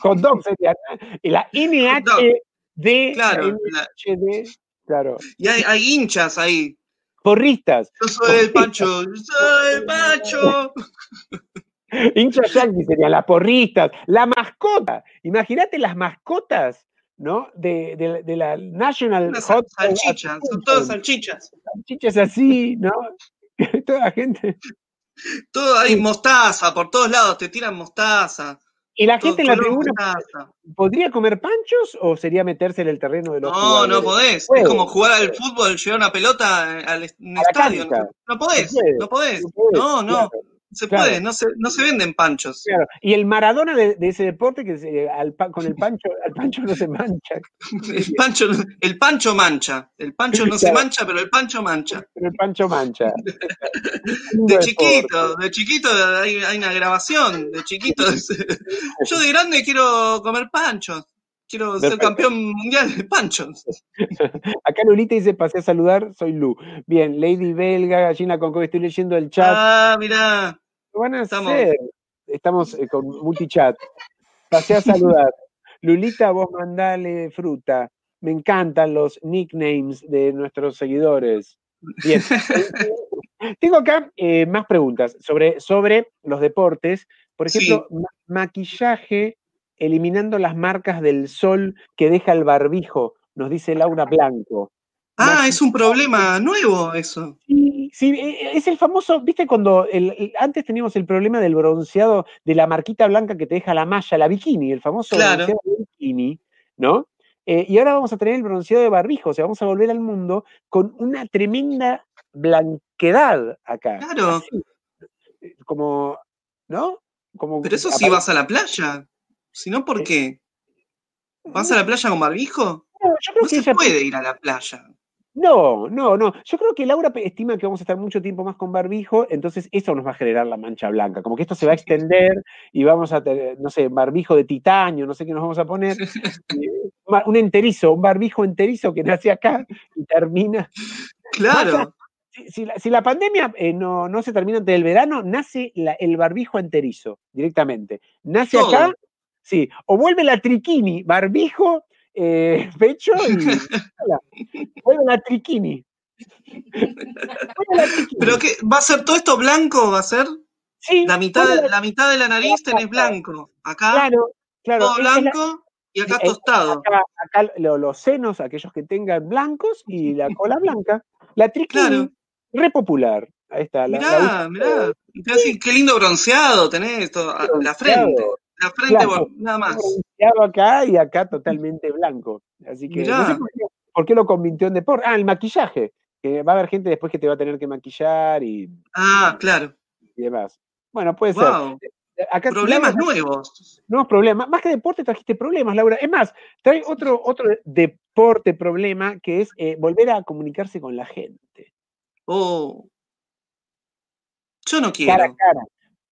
[SPEAKER 3] Hot Dog sería. ¿no? Y la NHD.
[SPEAKER 2] Claro,
[SPEAKER 3] la
[SPEAKER 2] la-
[SPEAKER 3] NHD, claro.
[SPEAKER 2] y hay- hay hinchas ahí.
[SPEAKER 3] Porristas,
[SPEAKER 2] Yo soy el Pancho, yo soy el Pancho.
[SPEAKER 3] hinchas yanquis serían las porristas, la mascota. Imagínate las mascotas, ¿no? De, de, de la National
[SPEAKER 2] Unas
[SPEAKER 3] Hot Dog
[SPEAKER 2] salchichas, son todas
[SPEAKER 3] Association.
[SPEAKER 2] salchichas.
[SPEAKER 3] Salchichas así, ¿no? Toda gente.
[SPEAKER 2] Todo hay
[SPEAKER 3] Sí.
[SPEAKER 2] mostaza, por todos lados te tiran mostaza.
[SPEAKER 3] ¿Y la
[SPEAKER 2] todo
[SPEAKER 3] gente en la
[SPEAKER 2] color
[SPEAKER 3] tribuna
[SPEAKER 2] mostaza.
[SPEAKER 3] podría comer panchos o sería meterse en el terreno de los
[SPEAKER 2] No, no
[SPEAKER 3] jugadores?
[SPEAKER 2] podés.
[SPEAKER 3] Puede,
[SPEAKER 2] es como jugar al fútbol, llevar una pelota eh, al est- un
[SPEAKER 3] A la
[SPEAKER 2] estadio.
[SPEAKER 3] cancha.
[SPEAKER 2] No, no podés,
[SPEAKER 3] No puede,
[SPEAKER 2] no podés.
[SPEAKER 3] No puede,
[SPEAKER 2] No, no,
[SPEAKER 3] claro,
[SPEAKER 2] no se
[SPEAKER 3] claro.
[SPEAKER 2] puede, no se, no se venden panchos.
[SPEAKER 3] claro. Y el Maradona de, de ese deporte que se- al pa- con el pancho, al pancho no se mancha,
[SPEAKER 2] El pancho, no- el pancho mancha. El pancho no se
[SPEAKER 3] Claro.
[SPEAKER 2] mancha, pero el pancho mancha.
[SPEAKER 3] pero el pancho mancha. Un
[SPEAKER 2] De
[SPEAKER 3] deporte.
[SPEAKER 2] chiquito, de chiquito hay, hay una grabación, de chiquito. Yo de grande quiero comer panchos, quiero ser
[SPEAKER 3] Perfecto.
[SPEAKER 2] campeón mundial de panchos.
[SPEAKER 3] Acá Lulita dice, pasé a saludar, soy Lu. Bien, Lady Belga, Gallina Conco, estoy leyendo el chat.
[SPEAKER 2] Ah, mirá,
[SPEAKER 3] Lo van a
[SPEAKER 2] estamos-
[SPEAKER 3] hacer. Estamos eh, con multichat. Pasé a saludar. Lulita, vos mandale fruta. Me encantan los nicknames de nuestros seguidores. Bien. Tengo acá eh, más preguntas sobre, sobre los deportes. Por ejemplo, ma- maquillaje eliminando las marcas del sol que deja el barbijo, nos dice Laura Blanco.
[SPEAKER 2] Ah, es un problema nuevo eso.
[SPEAKER 3] Sí, sí, e- e- es el famoso, viste cuando el- el- antes teníamos el problema del bronceado de la marquita blanca que te deja la malla, la bikini, el famoso
[SPEAKER 2] Claro.
[SPEAKER 3] bronceado de bikini, ¿no? Eh, y ahora vamos a tener el bronceado de barbijo, o sea, vamos a volver al mundo con una tremenda blanquedad acá.
[SPEAKER 2] Claro.
[SPEAKER 3] así, eh, como, ¿no? Como,
[SPEAKER 2] Pero eso sí
[SPEAKER 3] apare-
[SPEAKER 2] vas a la playa. Si no, ¿por qué? ¿Vas a la playa con barbijo?
[SPEAKER 3] No, yo creo
[SPEAKER 2] No
[SPEAKER 3] que
[SPEAKER 2] se
[SPEAKER 3] ella-
[SPEAKER 2] puede ir a la playa.
[SPEAKER 3] No, no, no. Yo creo que Laura pe- estima que vamos a estar mucho tiempo más con barbijo, entonces eso nos va a generar la mancha blanca. Como que esto se va a extender y vamos a tener, no sé, barbijo de titanio, no sé qué nos vamos a poner. Eh, ma- Un enterizo, un barbijo enterizo que nace acá y termina.
[SPEAKER 2] Claro.
[SPEAKER 3] Si, si la, si la pandemia eh, no, no se termina antes del verano, nace la- el barbijo enterizo directamente. Nace
[SPEAKER 2] Todo.
[SPEAKER 3] acá, sí, o vuelve la triquini, barbijo eh, pecho y. Hola. Vuelve la triquini. Vuelve la triquini.
[SPEAKER 2] ¿Pero qué? ¿Va a ser todo esto blanco? ¿Va a ser?
[SPEAKER 3] Sí,
[SPEAKER 2] La mitad,
[SPEAKER 3] vuelve
[SPEAKER 2] de- la mitad de la nariz tenés blanco. Acá
[SPEAKER 3] Claro, claro.
[SPEAKER 2] todo
[SPEAKER 3] es- es la-
[SPEAKER 2] blanco y acá
[SPEAKER 3] es-
[SPEAKER 2] tostado.
[SPEAKER 3] acá, acá lo- los senos, aquellos que tengan blancos y la cola blanca. La triquini,
[SPEAKER 2] Claro.
[SPEAKER 3] repopular. Ahí está. La, la
[SPEAKER 2] Mirá,
[SPEAKER 3] usa-
[SPEAKER 2] mirá. Y te decís, qué lindo bronceado tenés. todo, a- la frente.
[SPEAKER 3] bronceado.
[SPEAKER 2] La frente,
[SPEAKER 3] Claro.
[SPEAKER 2] bueno, nada más.
[SPEAKER 3] bronceado acá y acá totalmente blanco. Así que no
[SPEAKER 2] Mirá.
[SPEAKER 3] sé por qué, por qué lo convirtió en deporte. Ah, el maquillaje. Que va a haber gente después que te va a tener que maquillar y,
[SPEAKER 2] Ah, claro.
[SPEAKER 3] y demás. Bueno, puede
[SPEAKER 2] Wow.
[SPEAKER 3] ser. Acá
[SPEAKER 2] Problemas
[SPEAKER 3] Laura,
[SPEAKER 2] nuevos.
[SPEAKER 3] nuevos problemas. Más que deporte, trajiste problemas, Laura. Es más, trae otro, otro deporte problema que es eh, volver a comunicarse con la gente.
[SPEAKER 2] Oh. Yo no quiero.
[SPEAKER 3] Cara a cara.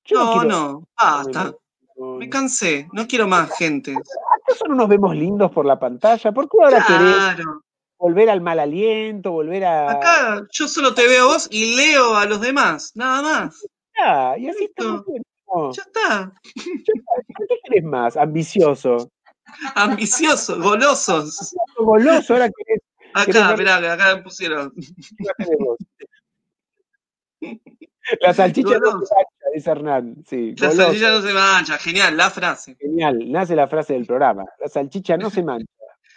[SPEAKER 3] Yo
[SPEAKER 2] no,
[SPEAKER 3] quiero-
[SPEAKER 2] no, basta.
[SPEAKER 3] no,
[SPEAKER 2] Me
[SPEAKER 3] no.
[SPEAKER 2] cansé. No quiero más gente.
[SPEAKER 3] ¿Acaso no nos vemos lindos por la pantalla? ¿Por qué ahora querés
[SPEAKER 2] Claro.
[SPEAKER 3] volver al mal aliento, volver a.
[SPEAKER 2] Acá yo solo te veo a vos y leo a los demás. Nada más.
[SPEAKER 3] Ah, y así
[SPEAKER 2] Listo.
[SPEAKER 3] estamos bien, ¿no?
[SPEAKER 2] Ya está.
[SPEAKER 3] ¿Qué querés más? Ambicioso.
[SPEAKER 2] Ambiciosos, golosos.
[SPEAKER 3] Goloso, ahora querés ¿Querés
[SPEAKER 2] Acá,
[SPEAKER 3] ver-
[SPEAKER 2] mirá, acá pusieron.
[SPEAKER 3] más de vos. La salchicha no se
[SPEAKER 2] Goloso.
[SPEAKER 3] mancha, dice Hernán. Sí,
[SPEAKER 2] La
[SPEAKER 3] goloso.
[SPEAKER 2] salchicha no se mancha. Genial, la frase.
[SPEAKER 3] Genial, nace la frase del programa. La salchicha no se mancha.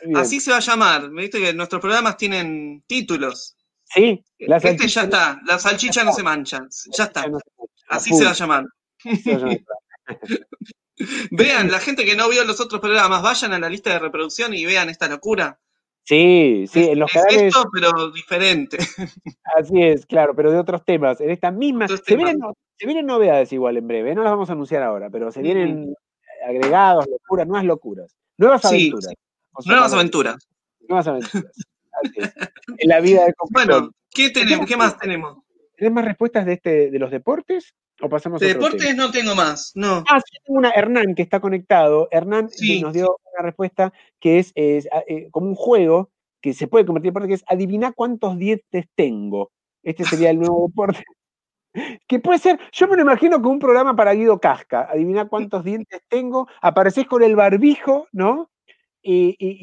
[SPEAKER 3] Muy bien.
[SPEAKER 2] Así se va a llamar. Viste que nuestros programas tienen títulos.
[SPEAKER 3] Sí, la salchicha
[SPEAKER 2] Este ya está. La salchicha no se mancha. Ya está.
[SPEAKER 3] no se mancha.
[SPEAKER 2] Así
[SPEAKER 3] Full.
[SPEAKER 2] se va a llamar.
[SPEAKER 3] Se va a llamar.
[SPEAKER 2] Vean, la gente que no vio los otros programas, vayan a la lista de reproducción y vean esta locura.
[SPEAKER 3] Sí, sí, en los
[SPEAKER 2] es
[SPEAKER 3] canales,
[SPEAKER 2] esto, pero diferente.
[SPEAKER 3] así es, claro, pero de otros temas. En esta misma.
[SPEAKER 2] Otros
[SPEAKER 3] Se
[SPEAKER 2] temas.
[SPEAKER 3] vienen, se vienen novedades igual en breve, ¿eh? no las vamos a anunciar ahora, pero se vienen agregados, locuras, nuevas locuras, nuevas
[SPEAKER 2] Sí,
[SPEAKER 3] aventuras. O sea,
[SPEAKER 2] Nuevas
[SPEAKER 3] como-
[SPEAKER 2] aventuras.
[SPEAKER 3] Nuevas aventuras. Así es. En la vida de
[SPEAKER 2] Bueno, ¿qué tenemos? ¿Qué más tenemos?
[SPEAKER 3] ¿Tenés más respuestas de este de los deportes? ¿O pasamos
[SPEAKER 2] De
[SPEAKER 3] a otro tema?
[SPEAKER 2] deportes no tengo más, no.
[SPEAKER 3] Ah, sí, tengo una Hernán que está conectado. Hernán
[SPEAKER 2] Sí.
[SPEAKER 3] eh, Este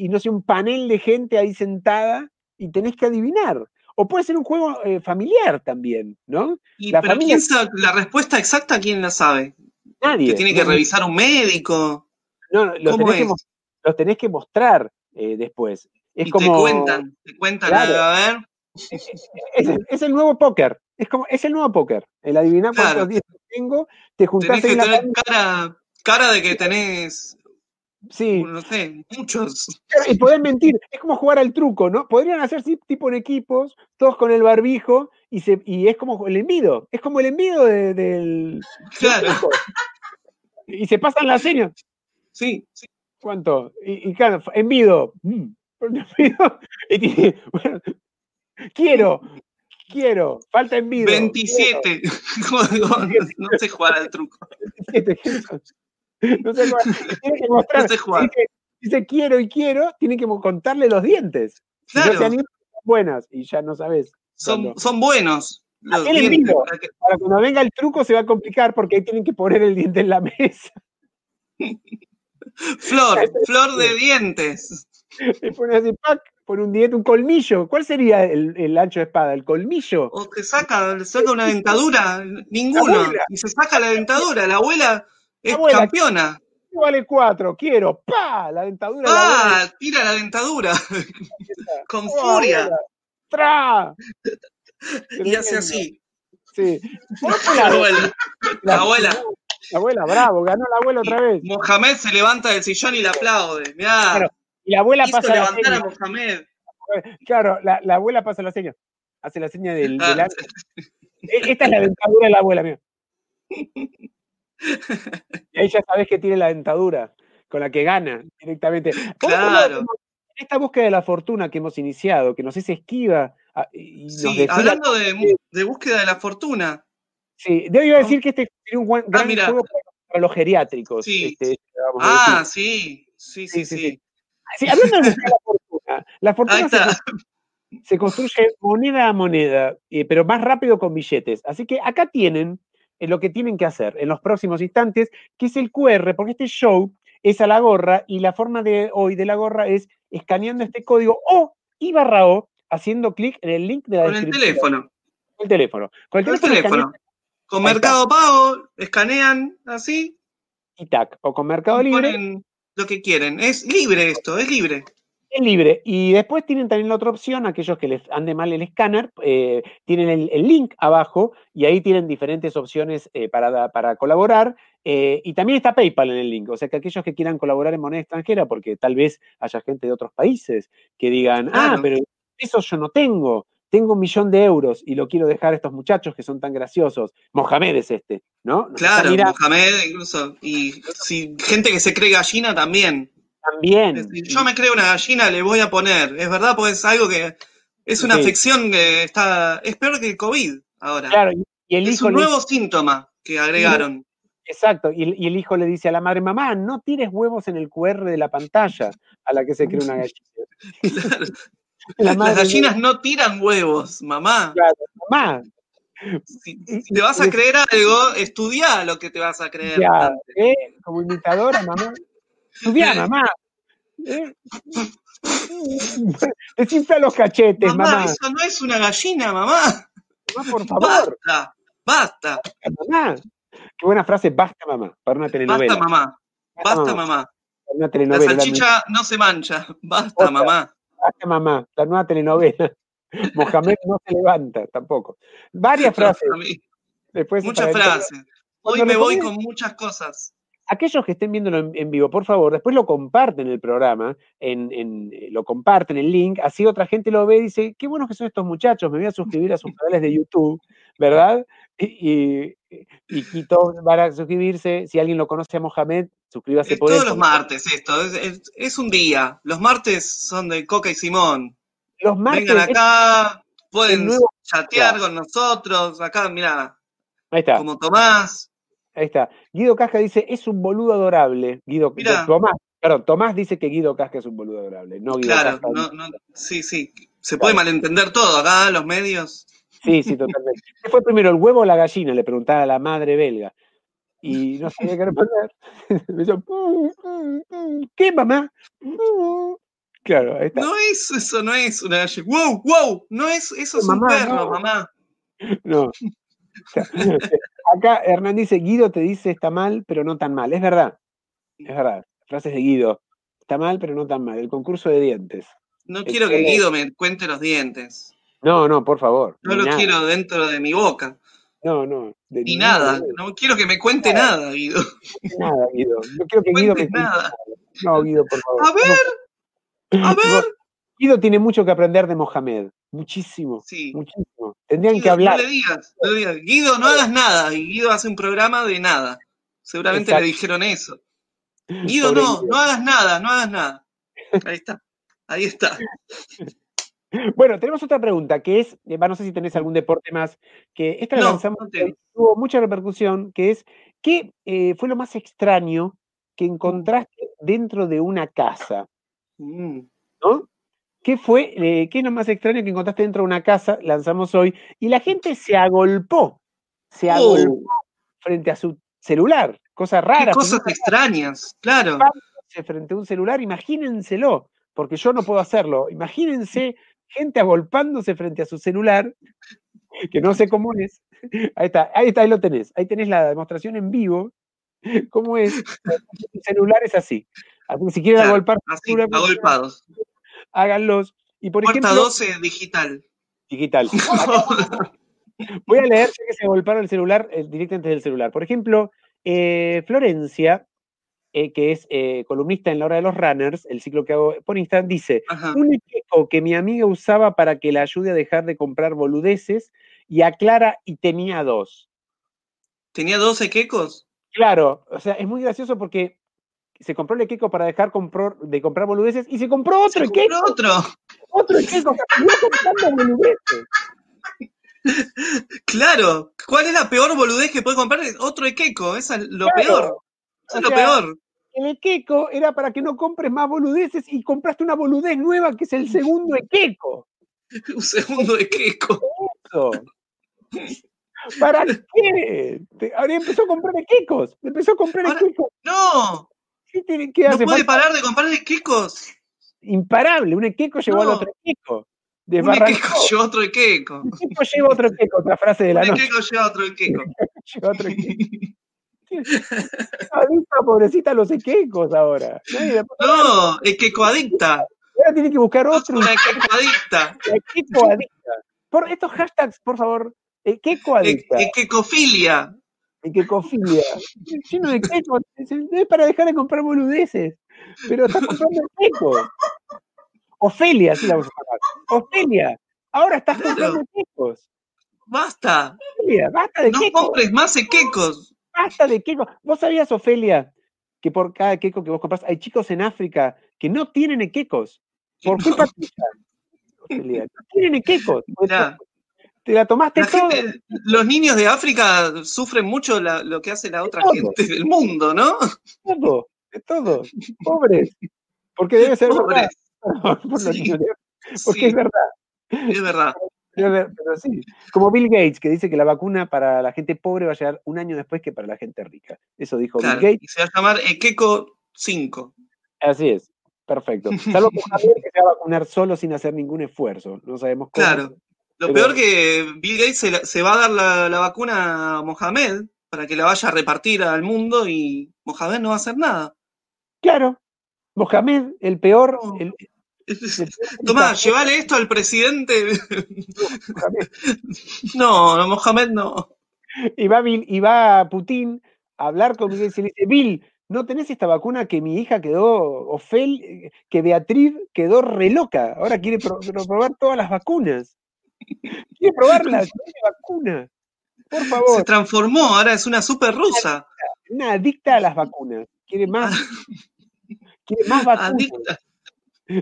[SPEAKER 2] Y,
[SPEAKER 3] eh, la
[SPEAKER 2] pero
[SPEAKER 3] familia-
[SPEAKER 2] ¿quién sabe la respuesta exacta? ¿Quién la sabe?
[SPEAKER 3] Nadie.
[SPEAKER 2] ¿Que tiene que
[SPEAKER 3] No,
[SPEAKER 2] revisar un médico?
[SPEAKER 3] No, no, los
[SPEAKER 2] ¿Cómo
[SPEAKER 3] tenés que
[SPEAKER 2] es?
[SPEAKER 3] mos- los tenés que mostrar eh, después. Es
[SPEAKER 2] y
[SPEAKER 3] como.
[SPEAKER 2] te cuentan, te cuentan,
[SPEAKER 3] Claro.
[SPEAKER 2] algo, a ver.
[SPEAKER 3] Es, el- es el nuevo póker. Es como, es el nuevo póker. El adivinar
[SPEAKER 2] Claro.
[SPEAKER 3] cuántos 10 tengo, te juntás
[SPEAKER 2] Tenés
[SPEAKER 3] ahí
[SPEAKER 2] que
[SPEAKER 3] en la
[SPEAKER 2] tener
[SPEAKER 3] familia.
[SPEAKER 2] cara, cara de que tenés,
[SPEAKER 3] Sí.
[SPEAKER 2] no sé, muchos.
[SPEAKER 3] Claro, Y poder mentir. Es como jugar al truco, ¿no? Podrían hacer sí, tipo en equipos, todos con el barbijo, y se, y es como el envido. Es como el envido de- del.
[SPEAKER 2] Claro,
[SPEAKER 3] truco. Y se pasan las señas.
[SPEAKER 2] sí, sí.
[SPEAKER 3] ¿Cuánto? Y, y claro, envido. Mm. Envido. Y tiene- bueno, quiero, quiero, falta envido.
[SPEAKER 2] 27. Joder, no sé jugar al truco.
[SPEAKER 3] 27. No sé cuál. Y Tiene que mostrar.
[SPEAKER 2] No sé jugar.
[SPEAKER 3] Dice, dice quiero y quiero, tiene que mo- contarle los dientes. Si no se
[SPEAKER 2] Claro,
[SPEAKER 3] animan, son buenas y ya no sabes.
[SPEAKER 2] son,
[SPEAKER 3] cuando-
[SPEAKER 2] son buenos. Los
[SPEAKER 3] Aquel en
[SPEAKER 2] dientes,
[SPEAKER 3] vivo.
[SPEAKER 2] para que-
[SPEAKER 3] Ahora, cuando venga el truco se va a complicar porque ahí tienen que poner el diente en la mesa.
[SPEAKER 2] Flor, flor de dientes.
[SPEAKER 3] Le pone así, pac, pone un diente, un colmillo. ¿Cuál sería el, el ancho de espada? ¿El colmillo?
[SPEAKER 2] O te saca, le saca una dentadura, ninguno.
[SPEAKER 3] abuela.
[SPEAKER 2] Y se saca la dentadura, la abuela es
[SPEAKER 3] abuela.
[SPEAKER 2] campeona.
[SPEAKER 3] Vale cuatro, quiero, pa, la dentadura. de la abuela.
[SPEAKER 2] ¡Ah! Tira la dentadura. Con furia.
[SPEAKER 3] ¡Tra!
[SPEAKER 2] Y hace así.
[SPEAKER 3] Sí.
[SPEAKER 2] La abuela. La abuela.
[SPEAKER 3] La abuela, bravo, ganó la abuela otra vez.
[SPEAKER 2] Mohamed se levanta del sillón y la aplaude. Mirá,
[SPEAKER 3] Claro, Y la abuela
[SPEAKER 2] hizo
[SPEAKER 3] pasa la
[SPEAKER 2] levantar a
[SPEAKER 3] seña.
[SPEAKER 2] Mohamed.
[SPEAKER 3] Claro, la, la abuela pasa la seña. Hace la seña del,
[SPEAKER 2] Ah,
[SPEAKER 3] del arco. E- Esta es la dentadura de la abuela, mira. Y ahí ya sabes que tiene la dentadura con la que gana directamente. Por otro lado,
[SPEAKER 2] Claro.
[SPEAKER 3] En esta búsqueda de la fortuna que hemos iniciado, que nos es esquiva a- y nos
[SPEAKER 2] Sí,
[SPEAKER 3] desfila-
[SPEAKER 2] hablando de, de búsqueda de la fortuna.
[SPEAKER 3] Sí, yo iba a decir que este sería un buen- gran
[SPEAKER 2] Ah, mira.
[SPEAKER 3] juego para los geriátricos.
[SPEAKER 2] Sí.
[SPEAKER 3] este, este que vamos a
[SPEAKER 2] Ah, sí, sí, sí,
[SPEAKER 3] Sí, sí,
[SPEAKER 2] sí.
[SPEAKER 3] sí. decir. Sí, hablando de buscar la fortuna, la
[SPEAKER 2] Ahí
[SPEAKER 3] fortuna se,
[SPEAKER 2] está.
[SPEAKER 3] constru- se construye moneda a moneda, eh, pero más rápido con billetes. Así que acá tienen eh, lo que tienen que hacer en los próximos instantes, que es el QR, porque este show es a la gorra y la forma de hoy de la gorra es escaneando este código o y barra o haciendo clic en el link de la
[SPEAKER 2] Con el
[SPEAKER 3] descripción.
[SPEAKER 2] teléfono.
[SPEAKER 3] Con el teléfono. Con el
[SPEAKER 2] Con el
[SPEAKER 3] teléfono.
[SPEAKER 2] teléfono.
[SPEAKER 3] escanean
[SPEAKER 2] Con
[SPEAKER 3] Ahí está.
[SPEAKER 2] Mercado Pago, escanean así,
[SPEAKER 3] Y tac. O con Mercado
[SPEAKER 2] y
[SPEAKER 3] Libre.
[SPEAKER 2] ponen lo que quieren. Es libre esto, es libre.
[SPEAKER 3] Es libre. Y después tienen también la otra opción, aquellos que les ande mal el escáner, eh, tienen el, el link abajo y ahí tienen diferentes opciones eh, para, da- para colaborar. Eh, y también está PayPal en el link. O sea que aquellos que quieran colaborar en moneda extranjera, porque tal vez haya gente de otros países que digan, ah,
[SPEAKER 2] Claro.
[SPEAKER 3] pero eso yo no tengo. Tengo un millón de euros y lo quiero dejar a estos muchachos que son tan graciosos. Mohamed es este, ¿no? Nos está
[SPEAKER 2] Claro,
[SPEAKER 3] mirando
[SPEAKER 2] Mohamed incluso. Y si, gente que se cree gallina también.
[SPEAKER 3] también.
[SPEAKER 2] Es decir, yo me creo una gallina, le voy a poner. Es verdad, porque es algo que es una
[SPEAKER 3] Sí.
[SPEAKER 2] afección que está. Es peor que el COVID ahora.
[SPEAKER 3] Claro, y- y el
[SPEAKER 2] es
[SPEAKER 3] hijo
[SPEAKER 2] un
[SPEAKER 3] le
[SPEAKER 2] nuevo síntoma que agregaron.
[SPEAKER 3] Exacto, y, el- y el hijo le dice a la madre, mamá, no tires huevos en el QR de la pantalla a la que se cree una gallina.
[SPEAKER 2] Claro.
[SPEAKER 3] La
[SPEAKER 2] Las
[SPEAKER 3] madre le
[SPEAKER 2] gallinas no tiran huevos, mamá.
[SPEAKER 3] dice, mamá,
[SPEAKER 2] Si,
[SPEAKER 3] Y-
[SPEAKER 2] si te vas
[SPEAKER 3] y-
[SPEAKER 2] a creer algo, estudia lo que te vas a creer.
[SPEAKER 3] ya, ¿eh? como imitadora, mamá, estudia, mamá. ¿eh? Desinfla los cachetes,
[SPEAKER 2] mamá,
[SPEAKER 3] mamá,
[SPEAKER 2] eso no es una gallina, mamá.
[SPEAKER 3] mamá, por favor,
[SPEAKER 2] Basta, basta,
[SPEAKER 3] mamá. Qué buena frase, basta, mamá, para una telenovela.
[SPEAKER 2] basta, mamá. Basta,
[SPEAKER 3] Ah,
[SPEAKER 2] mamá.
[SPEAKER 3] Para una
[SPEAKER 2] La
[SPEAKER 3] telenovela.
[SPEAKER 2] salchicha no se mancha. Basta,
[SPEAKER 3] Otra.
[SPEAKER 2] mamá.
[SPEAKER 3] Basta mamá, la nueva telenovela. Mohamed no se levanta tampoco. Varias frases. Después
[SPEAKER 2] Muchas
[SPEAKER 3] para-
[SPEAKER 2] frases. Hoy
[SPEAKER 3] Cuando
[SPEAKER 2] me
[SPEAKER 3] lo
[SPEAKER 2] voy
[SPEAKER 3] comes-
[SPEAKER 2] con muchas cosas.
[SPEAKER 3] aquellos que estén viéndolo en, en vivo, por favor, después lo comparten el programa, en, en- eh, lo comparten el link, así otra gente lo ve y dice, qué buenos que son estos muchachos, me voy a suscribir a sus canales de YouTube, ¿verdad? Y, y, y todos van a suscribirse, si alguien lo conoce a Mohamed, suscríbase
[SPEAKER 2] Es
[SPEAKER 3] por
[SPEAKER 2] Eh, todos
[SPEAKER 3] eso.
[SPEAKER 2] los martes esto. Es, es- es un día. Los martes son de Coca y Simón.
[SPEAKER 3] Los martes,
[SPEAKER 2] Vengan acá, pueden
[SPEAKER 3] el nuevo-
[SPEAKER 2] chatear con nosotros. Acá, mirá,
[SPEAKER 3] ahí está,
[SPEAKER 2] como Tomás.
[SPEAKER 3] ahí está. Guido Casca dice, es un boludo adorable. Guido,
[SPEAKER 2] Mirá.
[SPEAKER 3] Tomás, perdón, Tomás dice que Guido Casca es un boludo adorable, no Guido
[SPEAKER 2] Claro,
[SPEAKER 3] Casca.
[SPEAKER 2] no, no, sí, sí. Se puede malentender todo acá, los medios.
[SPEAKER 3] Sí, sí, totalmente. ¿Qué fue primero, el huevo o la gallina? Le preguntaba a la madre belga. Y no sabía qué responder. Me dijo, "Mm, mm, mm". ¿qué, mamá? Mm". Claro, ahí está.
[SPEAKER 2] No es, eso no es una gallina. ¡Wow, wow! No es, eso es
[SPEAKER 3] Mamá,
[SPEAKER 2] un perro,
[SPEAKER 3] no.
[SPEAKER 2] mamá.
[SPEAKER 3] No. O sea, Acá Hernán dice, Guido te dice está mal, pero no tan mal. Es verdad, es verdad. Frases de Guido. Está mal, pero no tan mal. El concurso de dientes.
[SPEAKER 2] No
[SPEAKER 3] El
[SPEAKER 2] quiero que
[SPEAKER 3] pelo-
[SPEAKER 2] Guido me cuente los dientes.
[SPEAKER 3] No, no, por favor.
[SPEAKER 2] No
[SPEAKER 3] ni
[SPEAKER 2] lo
[SPEAKER 3] nada.
[SPEAKER 2] quiero dentro de mi boca.
[SPEAKER 3] No, no. de
[SPEAKER 2] Ni
[SPEAKER 3] ninguna
[SPEAKER 2] nada.
[SPEAKER 3] manera,
[SPEAKER 2] No quiero que me cuente nada, Guido.
[SPEAKER 3] ni nada, Guido. No quiero que Guido me...
[SPEAKER 2] cuentes nada.
[SPEAKER 3] No, Guido, por favor.
[SPEAKER 2] A ver, a ver.
[SPEAKER 3] Guido tiene mucho que aprender de Mohamed. Muchísimo,
[SPEAKER 2] Sí.
[SPEAKER 3] muchísimo. Tendrían que
[SPEAKER 2] Guido,
[SPEAKER 3] hablar.
[SPEAKER 2] No le digas, no le digas, Guido, no hagas nada. Y Guido hace un programa de nada. Seguramente
[SPEAKER 3] Exacto.
[SPEAKER 2] le dijeron eso. Guido,
[SPEAKER 3] Pobre
[SPEAKER 2] no,
[SPEAKER 3] Guido.
[SPEAKER 2] no hagas nada, no hagas nada. Ahí está, ahí está.
[SPEAKER 3] Bueno, tenemos otra pregunta que es, eh, va, no sé si tenés algún deporte más, que esta la
[SPEAKER 2] No,
[SPEAKER 3] lanzamos,
[SPEAKER 2] no tengo.
[SPEAKER 3] tuvo mucha repercusión, que es, ¿qué eh, fue lo más extraño que encontraste dentro de una casa?
[SPEAKER 2] Mm.
[SPEAKER 3] ¿No? ¿Qué fue, eh, qué es lo más extraño que encontraste dentro de una casa? Lanzamos hoy y la gente se agolpó, se agolpó
[SPEAKER 2] Oh,
[SPEAKER 3] frente a su celular, cosa
[SPEAKER 2] qué
[SPEAKER 3] rara.
[SPEAKER 2] cosas
[SPEAKER 3] porque-
[SPEAKER 2] extrañas, claro.
[SPEAKER 3] se frente a un celular, imagínenselo, porque yo no puedo hacerlo. Imagínense gente agolpándose frente a su celular, que no sé cómo es. Ahí está, ahí está, ahí lo tenés. Ahí tenés la demostración en vivo, cómo es. El celular es así. Así que si quieren
[SPEAKER 2] Claro,
[SPEAKER 3] agolpar,
[SPEAKER 2] Así, agolpados.
[SPEAKER 3] háganlos. Y por
[SPEAKER 2] Puerta
[SPEAKER 3] ejemplo,
[SPEAKER 2] 12 digital.
[SPEAKER 3] digital. Voy a leer, sé que se golparon el celular eh, directamente del celular. Por ejemplo, eh, Florencia, eh, que es eh, columnista en la hora de los runners, el ciclo que hago por Insta, dice:
[SPEAKER 2] Ajá.
[SPEAKER 3] Un espejo que mi amiga usaba para que la ayude a dejar de comprar boludeces y aclara y tenía dos.
[SPEAKER 2] ¿Tenía 12 quecos?
[SPEAKER 3] Claro, o sea, es muy gracioso porque se compró el equeco para dejar compró- de comprar boludeces y se compró
[SPEAKER 2] Se
[SPEAKER 3] otro
[SPEAKER 2] compró
[SPEAKER 3] equeco,
[SPEAKER 2] otro.
[SPEAKER 3] otro equeco, que siguió comprando boludeces.
[SPEAKER 2] Claro. ¿Cuál es la peor boludez que puede comprar? Otro equeco. Esa es lo
[SPEAKER 3] Claro.
[SPEAKER 2] peor. Eso
[SPEAKER 3] O
[SPEAKER 2] es lo
[SPEAKER 3] sea,
[SPEAKER 2] peor.
[SPEAKER 3] el equeco era para que no compres más boludeces y compraste una boludez nueva que es el segundo equeco.
[SPEAKER 2] Un segundo equeco.
[SPEAKER 3] Eso. ¿Para qué? Te- Ahora empezó a comprar equecos. Empezó a comprar
[SPEAKER 2] Ahora-
[SPEAKER 3] equecos.
[SPEAKER 2] No,
[SPEAKER 3] ¿Qué, tiene- qué
[SPEAKER 2] no
[SPEAKER 3] hace
[SPEAKER 2] puede
[SPEAKER 3] falta?
[SPEAKER 2] parar de comprar quecos.
[SPEAKER 3] imparable. Un equeco llevó al
[SPEAKER 2] No.
[SPEAKER 3] otro equeco.
[SPEAKER 2] Un
[SPEAKER 3] Desbarrancó.
[SPEAKER 2] equeco lleva otro equeco.
[SPEAKER 3] Un equeco lleva otro equeco, otra frase de
[SPEAKER 2] Un
[SPEAKER 3] la noche.
[SPEAKER 2] equeco lleva otro equeco.
[SPEAKER 3] Lleva otro equeco. Adicta, pobrecita, los equecos ahora. Nadie-
[SPEAKER 2] No, equecoadicta.
[SPEAKER 3] Ahora tiene que buscar otro
[SPEAKER 2] Una equecoadicta.
[SPEAKER 3] equeco adicta. Por estos hashtags, por favor. Equeco
[SPEAKER 2] E-
[SPEAKER 3] adicta.
[SPEAKER 2] Equecofilia.
[SPEAKER 3] Equecofilia. Lleno de quecos. Es para dejar de comprar boludeces. Pero estás comprando quecos. Ofelia, así la vamos a llamar. Ofelia, ahora estás
[SPEAKER 2] Claro.
[SPEAKER 3] comprando quecos.
[SPEAKER 2] Basta.
[SPEAKER 3] Ofelia, basta de
[SPEAKER 2] No
[SPEAKER 3] quecos.
[SPEAKER 2] compres más equecos.
[SPEAKER 3] Basta de quecos. ¿Vos sabías, Ofelia, que por cada queco que vos compras hay chicos en África que no tienen equecos? Por culpa tuya. Ofelia, no tienen equecos.
[SPEAKER 2] Mirá,
[SPEAKER 3] Te la tomaste
[SPEAKER 2] la
[SPEAKER 3] todo.
[SPEAKER 2] gente- los niños de África sufren mucho la- lo que hace la otra
[SPEAKER 3] Todo.
[SPEAKER 2] gente del mundo, ¿no?
[SPEAKER 3] de todo, de todo. Pobres. Porque debe ser
[SPEAKER 2] Pobres.
[SPEAKER 3] verdad. Por los
[SPEAKER 2] Sí.
[SPEAKER 3] niños de- Porque
[SPEAKER 2] Sí,
[SPEAKER 3] es verdad.
[SPEAKER 2] es verdad.
[SPEAKER 3] Pero, pero sí. Como Bill Gates, que dice que la vacuna para la gente pobre va a llegar un año después que para la gente rica. Eso dijo
[SPEAKER 2] Claro,
[SPEAKER 3] Bill Gates.
[SPEAKER 2] y se va a llamar eh, Equeco 5.
[SPEAKER 3] Así es. Perfecto. Salvo por Javier, que se va a vacunar solo sin hacer ningún esfuerzo. No sabemos cómo.
[SPEAKER 2] Claro. Lo
[SPEAKER 3] Pero-
[SPEAKER 2] peor que Bill Gates se, la- se va a dar la, la vacuna a Mohamed para que la vaya a repartir al mundo y Mohamed no va a hacer nada.
[SPEAKER 3] Claro. Mohamed, el peor.
[SPEAKER 2] No.
[SPEAKER 3] El, el peor
[SPEAKER 2] Tomá,
[SPEAKER 3] dictador,
[SPEAKER 2] llevale esto al presidente.
[SPEAKER 3] Mohamed.
[SPEAKER 2] No, no, Mohamed no.
[SPEAKER 3] Y va, Bill- y va Putin a hablar con Bill Gates y le dice: Bill, ¿no tenés esta vacuna que mi hija quedó, Ofel, que Beatriz quedó reloca? Ahora quiere pro- pro- probar todas las vacunas. Quiere probar la la vacuna. Por favor.
[SPEAKER 2] Se transformó, ahora es una super rusa.
[SPEAKER 3] una adicta a las vacunas. Quiere más. Quiere más vacunas.
[SPEAKER 2] Adicta.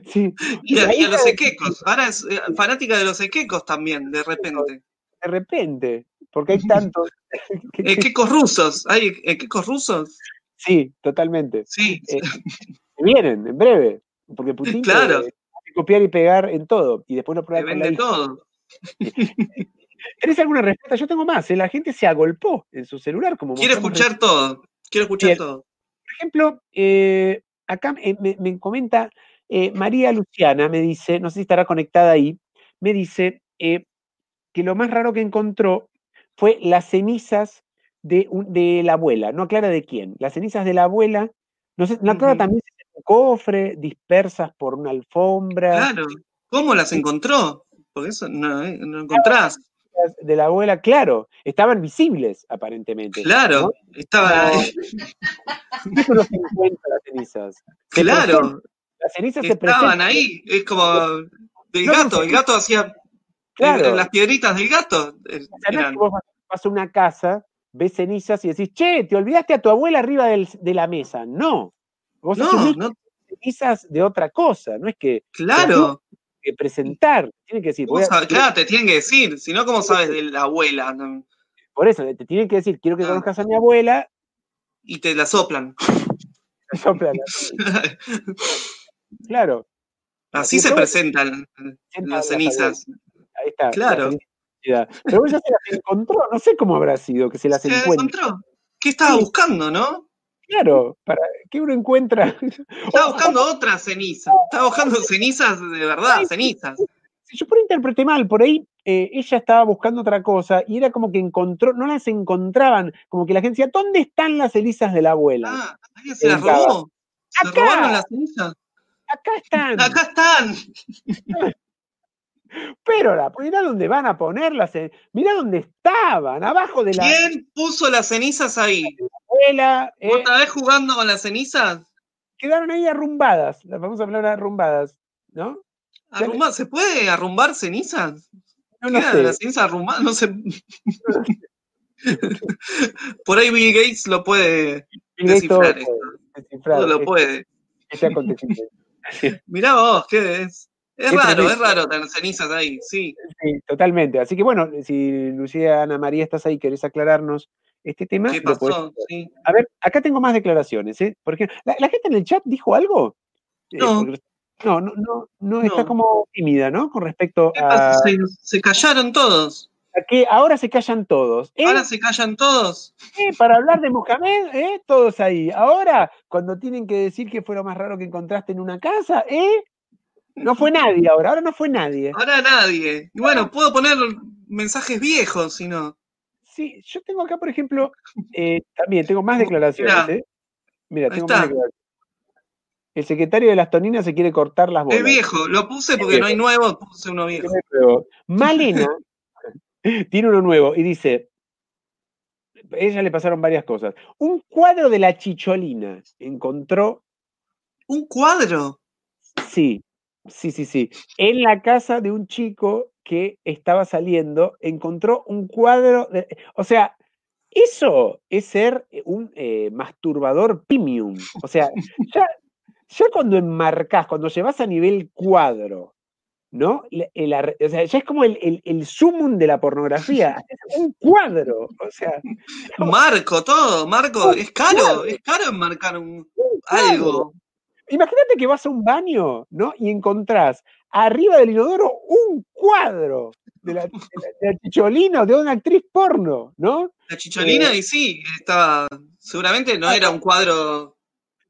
[SPEAKER 3] Sí.
[SPEAKER 2] Y a,
[SPEAKER 3] La
[SPEAKER 2] y a
[SPEAKER 3] hija
[SPEAKER 2] los
[SPEAKER 3] de-
[SPEAKER 2] equecos. Ahora es eh, fanática de los equecos también, de repente.
[SPEAKER 3] De repente. Porque hay tantos. que- que-
[SPEAKER 2] Equecos rusos. ¿Hay equecos rusos?
[SPEAKER 3] sí, totalmente.
[SPEAKER 2] Sí.
[SPEAKER 3] Eh, Vienen, en breve. Porque Putin
[SPEAKER 2] eh, Claro.
[SPEAKER 3] quiere copiar y pegar en todo. Y después lo
[SPEAKER 2] Se
[SPEAKER 3] prueba con la
[SPEAKER 2] vende
[SPEAKER 3] hija.
[SPEAKER 2] todo.
[SPEAKER 3] ¿Tenés alguna respuesta? Yo tengo más. ¿eh? La gente se agolpó en su celular. como
[SPEAKER 2] Quiero
[SPEAKER 3] mostramos
[SPEAKER 2] escuchar todo. Quiero escuchar
[SPEAKER 3] Bien.
[SPEAKER 2] todo.
[SPEAKER 3] por ejemplo, eh, acá eh, me, me comenta eh, María Luciana, me dice, no sé si estará conectada ahí, me dice eh, que lo más raro que encontró fue las cenizas de, un- de la abuela, no aclara de quién, las cenizas de la abuela, no sé, no aclara
[SPEAKER 2] Ujú.
[SPEAKER 3] también si es un cofre, dispersas por una alfombra
[SPEAKER 2] Claro. ¿Cómo las encontró? Porque eso no, eh, no encontrás.
[SPEAKER 3] de la abuela, claro, estaban visibles aparentemente. ¿no?
[SPEAKER 2] Claro. Estaba. eh,
[SPEAKER 3] Eso no se encuentra las cenizas. Se presentan,
[SPEAKER 2] Claro.
[SPEAKER 3] Las cenizas se
[SPEAKER 2] Estaban
[SPEAKER 3] presentan.
[SPEAKER 2] ahí. Es como. Del
[SPEAKER 3] No, no,
[SPEAKER 2] gato. El gato hacía.
[SPEAKER 3] Claro.
[SPEAKER 2] Las piedritas del gato. eh,
[SPEAKER 3] O sea, no es
[SPEAKER 2] eran.
[SPEAKER 3] que vos vas- vas a una casa, ves cenizas y decís, che, te olvidaste a tu abuela arriba del- de la mesa. No. Vos
[SPEAKER 2] No,
[SPEAKER 3] asumís
[SPEAKER 2] no.
[SPEAKER 3] cenizas de otra cosa, no es que,
[SPEAKER 2] Claro.
[SPEAKER 3] que presentar. Tiene que decir,
[SPEAKER 2] Vos
[SPEAKER 3] voy a-
[SPEAKER 2] sab- claro, te tienen que decir, si no, ¿cómo sabes de la abuela? No,
[SPEAKER 3] por eso, te tienen que decir, quiero que
[SPEAKER 2] Ah.
[SPEAKER 3] conozcas a mi abuela.
[SPEAKER 2] Y te la soplan.
[SPEAKER 3] Soplan, claro.
[SPEAKER 2] Así
[SPEAKER 3] Y
[SPEAKER 2] se
[SPEAKER 3] todo-
[SPEAKER 2] presentan las cenizas.
[SPEAKER 3] Ahí está. la
[SPEAKER 2] Claro.
[SPEAKER 3] felicidad. Pero vos ya se las encontró, no sé cómo habrá sido que se las
[SPEAKER 2] ¿Se
[SPEAKER 3] encuentre.
[SPEAKER 2] encontró? ¿Qué estaba buscando, no?
[SPEAKER 3] Claro, para que uno encuentra.
[SPEAKER 2] Estaba buscando otra ceniza. Estaba buscando cenizas de verdad, cenizas.
[SPEAKER 3] Sí, yo por ahí interpreté mal, por ahí eh, ella estaba buscando otra cosa y era como que encontró, no las encontraban, como que la gente decía, ¿dónde están las cenizas de la abuela?
[SPEAKER 2] Ah, alguien se las robó. Se
[SPEAKER 3] Acá.
[SPEAKER 2] robaron las cenizas.
[SPEAKER 3] Acá están,
[SPEAKER 2] Acá están.
[SPEAKER 3] pero la, mirá dónde van a ponerlas, eh, mirá dónde estaban, abajo de la
[SPEAKER 2] ¿Quién puso las cenizas ahí?
[SPEAKER 3] abuela, eh,
[SPEAKER 2] ¿Otra vez jugando con las cenizas?
[SPEAKER 3] quedaron ahí arrumbadas, la famosa palabra arrumbadas, ¿no?
[SPEAKER 2] Arrumba- ¿Se puede arrumbar cenizas?
[SPEAKER 3] No lo
[SPEAKER 2] Queda
[SPEAKER 3] sé.
[SPEAKER 2] la ceniza arrumbada, no sé. Por ahí Bill Gates lo puede
[SPEAKER 3] Y de esto,
[SPEAKER 2] descifrar
[SPEAKER 3] eh,
[SPEAKER 2] esto.
[SPEAKER 3] descifrar
[SPEAKER 2] Todo lo
[SPEAKER 3] este-
[SPEAKER 2] puede.
[SPEAKER 3] este acontecimiento.
[SPEAKER 2] Mirá vos, ¿qué es? Es
[SPEAKER 3] Es
[SPEAKER 2] raro,
[SPEAKER 3] tremendo.
[SPEAKER 2] es raro tener cenizas ahí, sí.
[SPEAKER 3] Sí, totalmente. Así que bueno, si Lucía Ana María estás ahí, querés aclararnos este tema,
[SPEAKER 2] ¿Qué
[SPEAKER 3] lo podés
[SPEAKER 2] pasó? Sí.
[SPEAKER 3] A ver, acá tengo más declaraciones, ¿eh? Por ejemplo, ¿la, la gente en el chat dijo algo? Eh,
[SPEAKER 2] No.
[SPEAKER 3] porque- no, no, no, no, está
[SPEAKER 2] No.
[SPEAKER 3] como tímida, ¿no? Con respecto
[SPEAKER 2] ¿Qué
[SPEAKER 3] a,
[SPEAKER 2] pasó? Se, se callaron todos.
[SPEAKER 3] a que ahora se callan todos. ¿eh?
[SPEAKER 2] Ahora se callan todos.
[SPEAKER 3] Eh, Para hablar de Mohamed, ¿eh? Todos ahí. Ahora, cuando tienen que decir que fue lo más raro que encontraste en una casa, ¿eh? No fue nadie ahora, ahora no fue nadie.
[SPEAKER 2] Ahora nadie. Y bueno, puedo poner mensajes viejos, si no.
[SPEAKER 3] Sí, yo tengo acá, por ejemplo, eh, también tengo más declaraciones.
[SPEAKER 2] Mirá.
[SPEAKER 3] ¿eh? Mira,
[SPEAKER 2] Ahí
[SPEAKER 3] tengo
[SPEAKER 2] está.
[SPEAKER 3] más declaraciones. El secretario de las Toninas se quiere cortar las bolas.
[SPEAKER 2] Es viejo, lo puse porque
[SPEAKER 3] viejo.
[SPEAKER 2] no hay nuevo, puse uno viejo.
[SPEAKER 3] Tiene nuevo. Malena tiene uno nuevo y dice: a Ella le pasaron varias cosas. Un cuadro de la Chicholina encontró,
[SPEAKER 2] Un cuadro.
[SPEAKER 3] sí, sí, sí, sí, en la casa de un chico que estaba saliendo, encontró un cuadro. de- o sea, eso es ser un eh, masturbador premium. O sea, ya, ya cuando enmarcas, cuando llevas a nivel cuadro, ¿no? La- el ar- o sea, ya es como el, el, el sumum de la pornografía. Es un cuadro. O sea,
[SPEAKER 2] Marco, todo, Marco,
[SPEAKER 3] Un
[SPEAKER 2] es caro,
[SPEAKER 3] cuadro.
[SPEAKER 2] es caro enmarcar un,
[SPEAKER 3] un cuadro.
[SPEAKER 2] algo.
[SPEAKER 3] Imagínate que vas a un baño, ¿no? Y encontrás arriba del inodoro un cuadro de la, de la- de la chicholina o de una actriz porno, ¿no?
[SPEAKER 2] La
[SPEAKER 3] Eh.
[SPEAKER 2] chicholina, y sí, estaba, seguramente no era un cuadro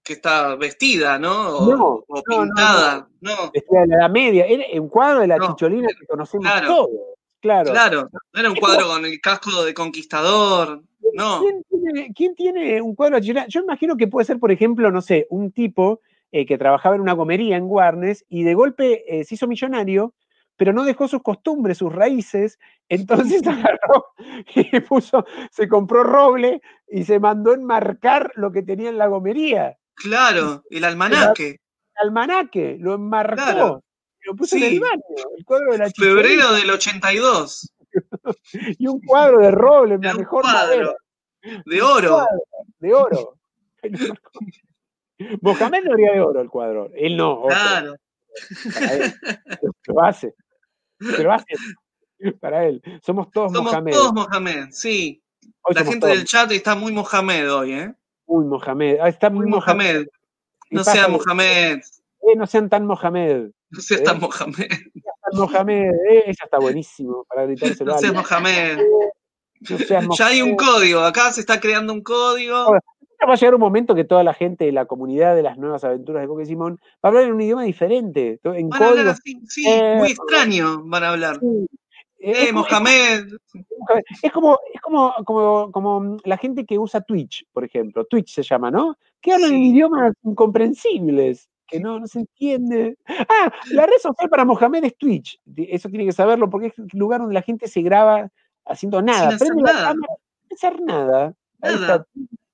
[SPEAKER 2] que está vestida, ¿no? O,
[SPEAKER 3] No,
[SPEAKER 2] o pintada, no,
[SPEAKER 3] Vestida de la Edad media, era un cuadro de la
[SPEAKER 2] No,
[SPEAKER 3] chicholina que conocemos
[SPEAKER 2] claro.
[SPEAKER 3] todos. Claro.
[SPEAKER 2] claro, no era un cuadro con el casco de conquistador, no.
[SPEAKER 3] ¿Quién tiene, quién tiene un cuadro de chicholina? Yo imagino que puede ser, por ejemplo, no sé, un tipo eh, que trabajaba en una gomería en Guarnes y de golpe eh, se hizo millonario, pero no dejó sus costumbres, sus raíces, entonces agarró y puso, se compró roble y se mandó a enmarcar lo que tenía en la gomería.
[SPEAKER 2] Claro, el almanaque.
[SPEAKER 3] El almanaque, lo enmarcó,
[SPEAKER 2] Claro.
[SPEAKER 3] lo puso en
[SPEAKER 2] Sí.
[SPEAKER 3] el baño, el cuadro de la chicholina
[SPEAKER 2] Febrero del 82.
[SPEAKER 3] y un cuadro de roble,
[SPEAKER 2] Era
[SPEAKER 3] la
[SPEAKER 2] un
[SPEAKER 3] mejor madera.
[SPEAKER 2] cuadro de oro.
[SPEAKER 3] cuadro de oro. Mohamed lo haría de oro el cuadro. Él no. ojo,
[SPEAKER 2] Claro.
[SPEAKER 3] para él. Lo hace. Pero hace. Para él. Somos todos
[SPEAKER 2] Somos
[SPEAKER 3] Mohamed.
[SPEAKER 2] todos Mohamed, sí.
[SPEAKER 3] Hoy
[SPEAKER 2] La
[SPEAKER 3] somos
[SPEAKER 2] gente
[SPEAKER 3] todos
[SPEAKER 2] del chat está muy Mohamed hoy, ¿eh?
[SPEAKER 3] muy Mohamed. Ah, está
[SPEAKER 2] Muy
[SPEAKER 3] muy Mohamed.
[SPEAKER 2] Mohamed.
[SPEAKER 3] Y
[SPEAKER 2] No
[SPEAKER 3] pasa
[SPEAKER 2] sea
[SPEAKER 3] que-
[SPEAKER 2] Mohamed.
[SPEAKER 3] Eh, no sean tan Mohamed.
[SPEAKER 2] No seas tan
[SPEAKER 3] ¿Eh?
[SPEAKER 2] Mohamed.
[SPEAKER 3] Tan Mohamed. Eh, ella está buenísimo para gritárselo
[SPEAKER 2] No
[SPEAKER 3] a
[SPEAKER 2] seas
[SPEAKER 3] alguien.
[SPEAKER 2] Mohamed.
[SPEAKER 3] No seas
[SPEAKER 2] Ya hay un
[SPEAKER 3] Mohamed.
[SPEAKER 2] código. Acá se está creando un código.
[SPEAKER 3] Ahora, Va a llegar un momento que toda la gente de la comunidad de las nuevas aventuras de Coque Simón va a hablar en un idioma diferente. to- En
[SPEAKER 2] Van a hablar
[SPEAKER 3] código.
[SPEAKER 2] así. Sí,
[SPEAKER 3] Eh,
[SPEAKER 2] muy extraño van a hablar.
[SPEAKER 3] Eh,
[SPEAKER 2] Eh,
[SPEAKER 3] es como-
[SPEAKER 2] Mohamed.
[SPEAKER 3] Es como, es como, como, como la gente que usa Twitch, por ejemplo. Twitch se llama, ¿no? Que hablan en
[SPEAKER 2] Sí.
[SPEAKER 3] idiomas incomprensibles, que no, no se entiende. Ah, la red social para Mohamed es Twitch. Di- Eso tiene que saberlo porque es el lugar donde la gente se graba haciendo nada.
[SPEAKER 2] hacer
[SPEAKER 3] Prende la
[SPEAKER 2] nada.
[SPEAKER 3] cámara sin hacer nada. Ahí
[SPEAKER 2] Nada.
[SPEAKER 3] está.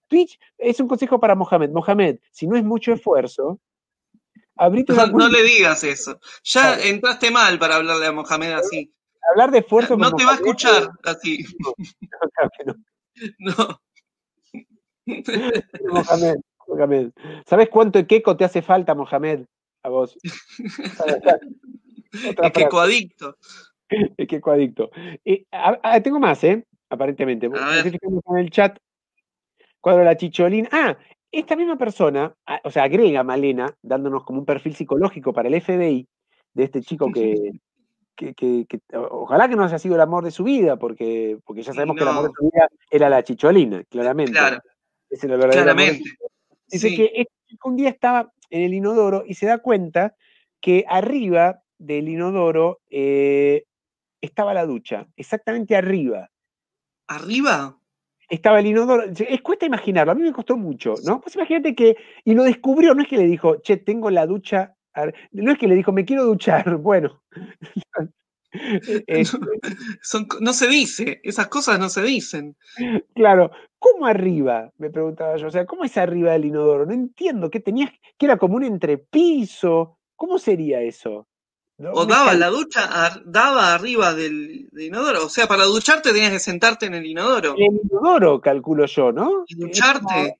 [SPEAKER 3] Twitch es un consejo para Mohamed. Mohamed, si no es mucho esfuerzo, abrite una
[SPEAKER 2] No, no
[SPEAKER 3] cuenta.
[SPEAKER 2] le digas eso. Ya
[SPEAKER 3] Claro.
[SPEAKER 2] entraste mal para hablarle a Mohamed así.
[SPEAKER 3] Hablar de esfuerzo con
[SPEAKER 2] No te va a
[SPEAKER 3] Mohamed,
[SPEAKER 2] escuchar así.
[SPEAKER 3] claro que no.
[SPEAKER 2] No.
[SPEAKER 3] Mohamed, Mohamed. ¿Sabes cuánto queco te hace falta, Mohamed? A vos. Otra
[SPEAKER 2] Es que
[SPEAKER 3] frase,
[SPEAKER 2] coadicto.
[SPEAKER 3] queco adicto. Y, a- a- tengo más, ¿eh? Aparentemente. Me
[SPEAKER 2] ver.
[SPEAKER 3] estoy fijando en el chat. Cuadro de la chicholín. Ah, esta misma persona, a- o sea, agrega Malena, dándonos como un perfil psicológico para el FBI de este chico que. que- que- que- o- ojalá que no haya sido el amor de su vida, porque, porque ya sabemos que el amor de
[SPEAKER 2] No.
[SPEAKER 3] su vida era la chicholina, claramente.
[SPEAKER 2] Claro,
[SPEAKER 3] Ese era el verdadero amor de su
[SPEAKER 2] claramente.
[SPEAKER 3] Dice
[SPEAKER 2] Sí.
[SPEAKER 3] que este chico un día estaba en el inodoro y se da cuenta que arriba del inodoro eh, estaba la ducha, exactamente arriba.
[SPEAKER 2] ¿Arriba?
[SPEAKER 3] Estaba el inodoro. Dice, Es cuesta imaginarlo, a mí me costó mucho, ¿no? Pues imagínate que. Y lo descubrió, no es que le dijo, che, tengo la ducha. ar-". No es que le dijo, me quiero duchar. Bueno. Eh, Es-
[SPEAKER 2] Son co- no se dice, esas cosas no se dicen.
[SPEAKER 3] Claro, ¿cómo arriba? Me preguntaba yo, o sea, ¿cómo es arriba del inodoro? No entiendo, ¿qué tenías? ¿Que era como un entrepiso? ¿Cómo sería eso? No,
[SPEAKER 2] O
[SPEAKER 3] me
[SPEAKER 2] daba
[SPEAKER 3] sale-
[SPEAKER 2] la ducha, ar- daba arriba del, del inodoro. O sea, para ducharte tenías que sentarte en el inodoro.
[SPEAKER 3] El inodoro, calculo yo, ¿no? Eh,
[SPEAKER 2] Y ducharte.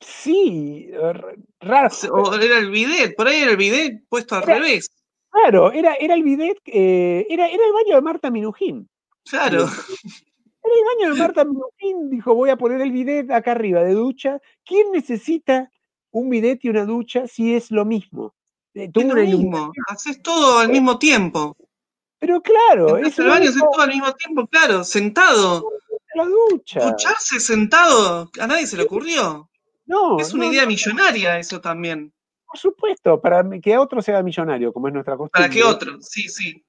[SPEAKER 3] Sí, r- raro.
[SPEAKER 2] O era el bidet, por ahí era el bidet puesto al
[SPEAKER 3] Era-
[SPEAKER 2] revés.
[SPEAKER 3] Claro, era, era el bidet, eh, era, era el baño de Marta Minujín.
[SPEAKER 2] Claro.
[SPEAKER 3] Era el baño de Marta Minujín, dijo, voy a poner el bidet acá arriba de ducha. ¿Quién necesita un bidet y una ducha si es lo mismo? Eh,
[SPEAKER 2] Es
[SPEAKER 3] tuvo
[SPEAKER 2] lo
[SPEAKER 3] una ilum-
[SPEAKER 2] mismo. Haces todo al mismo tiempo.
[SPEAKER 3] Pero claro,
[SPEAKER 2] Entras
[SPEAKER 3] es
[SPEAKER 2] al
[SPEAKER 3] lo
[SPEAKER 2] baño, haces
[SPEAKER 3] mismo
[SPEAKER 2] todo al mismo tiempo, claro, sentado.
[SPEAKER 3] que la ducha.
[SPEAKER 2] Ducharse sentado, a nadie se le ocurrió.
[SPEAKER 3] No,
[SPEAKER 2] Es una
[SPEAKER 3] no,
[SPEAKER 2] idea
[SPEAKER 3] no,
[SPEAKER 2] millonaria eso también.
[SPEAKER 3] por Por supuesto, para que otro sea millonario, como es nuestra costumbre.
[SPEAKER 2] ¿Para qué otro? Sí, sí.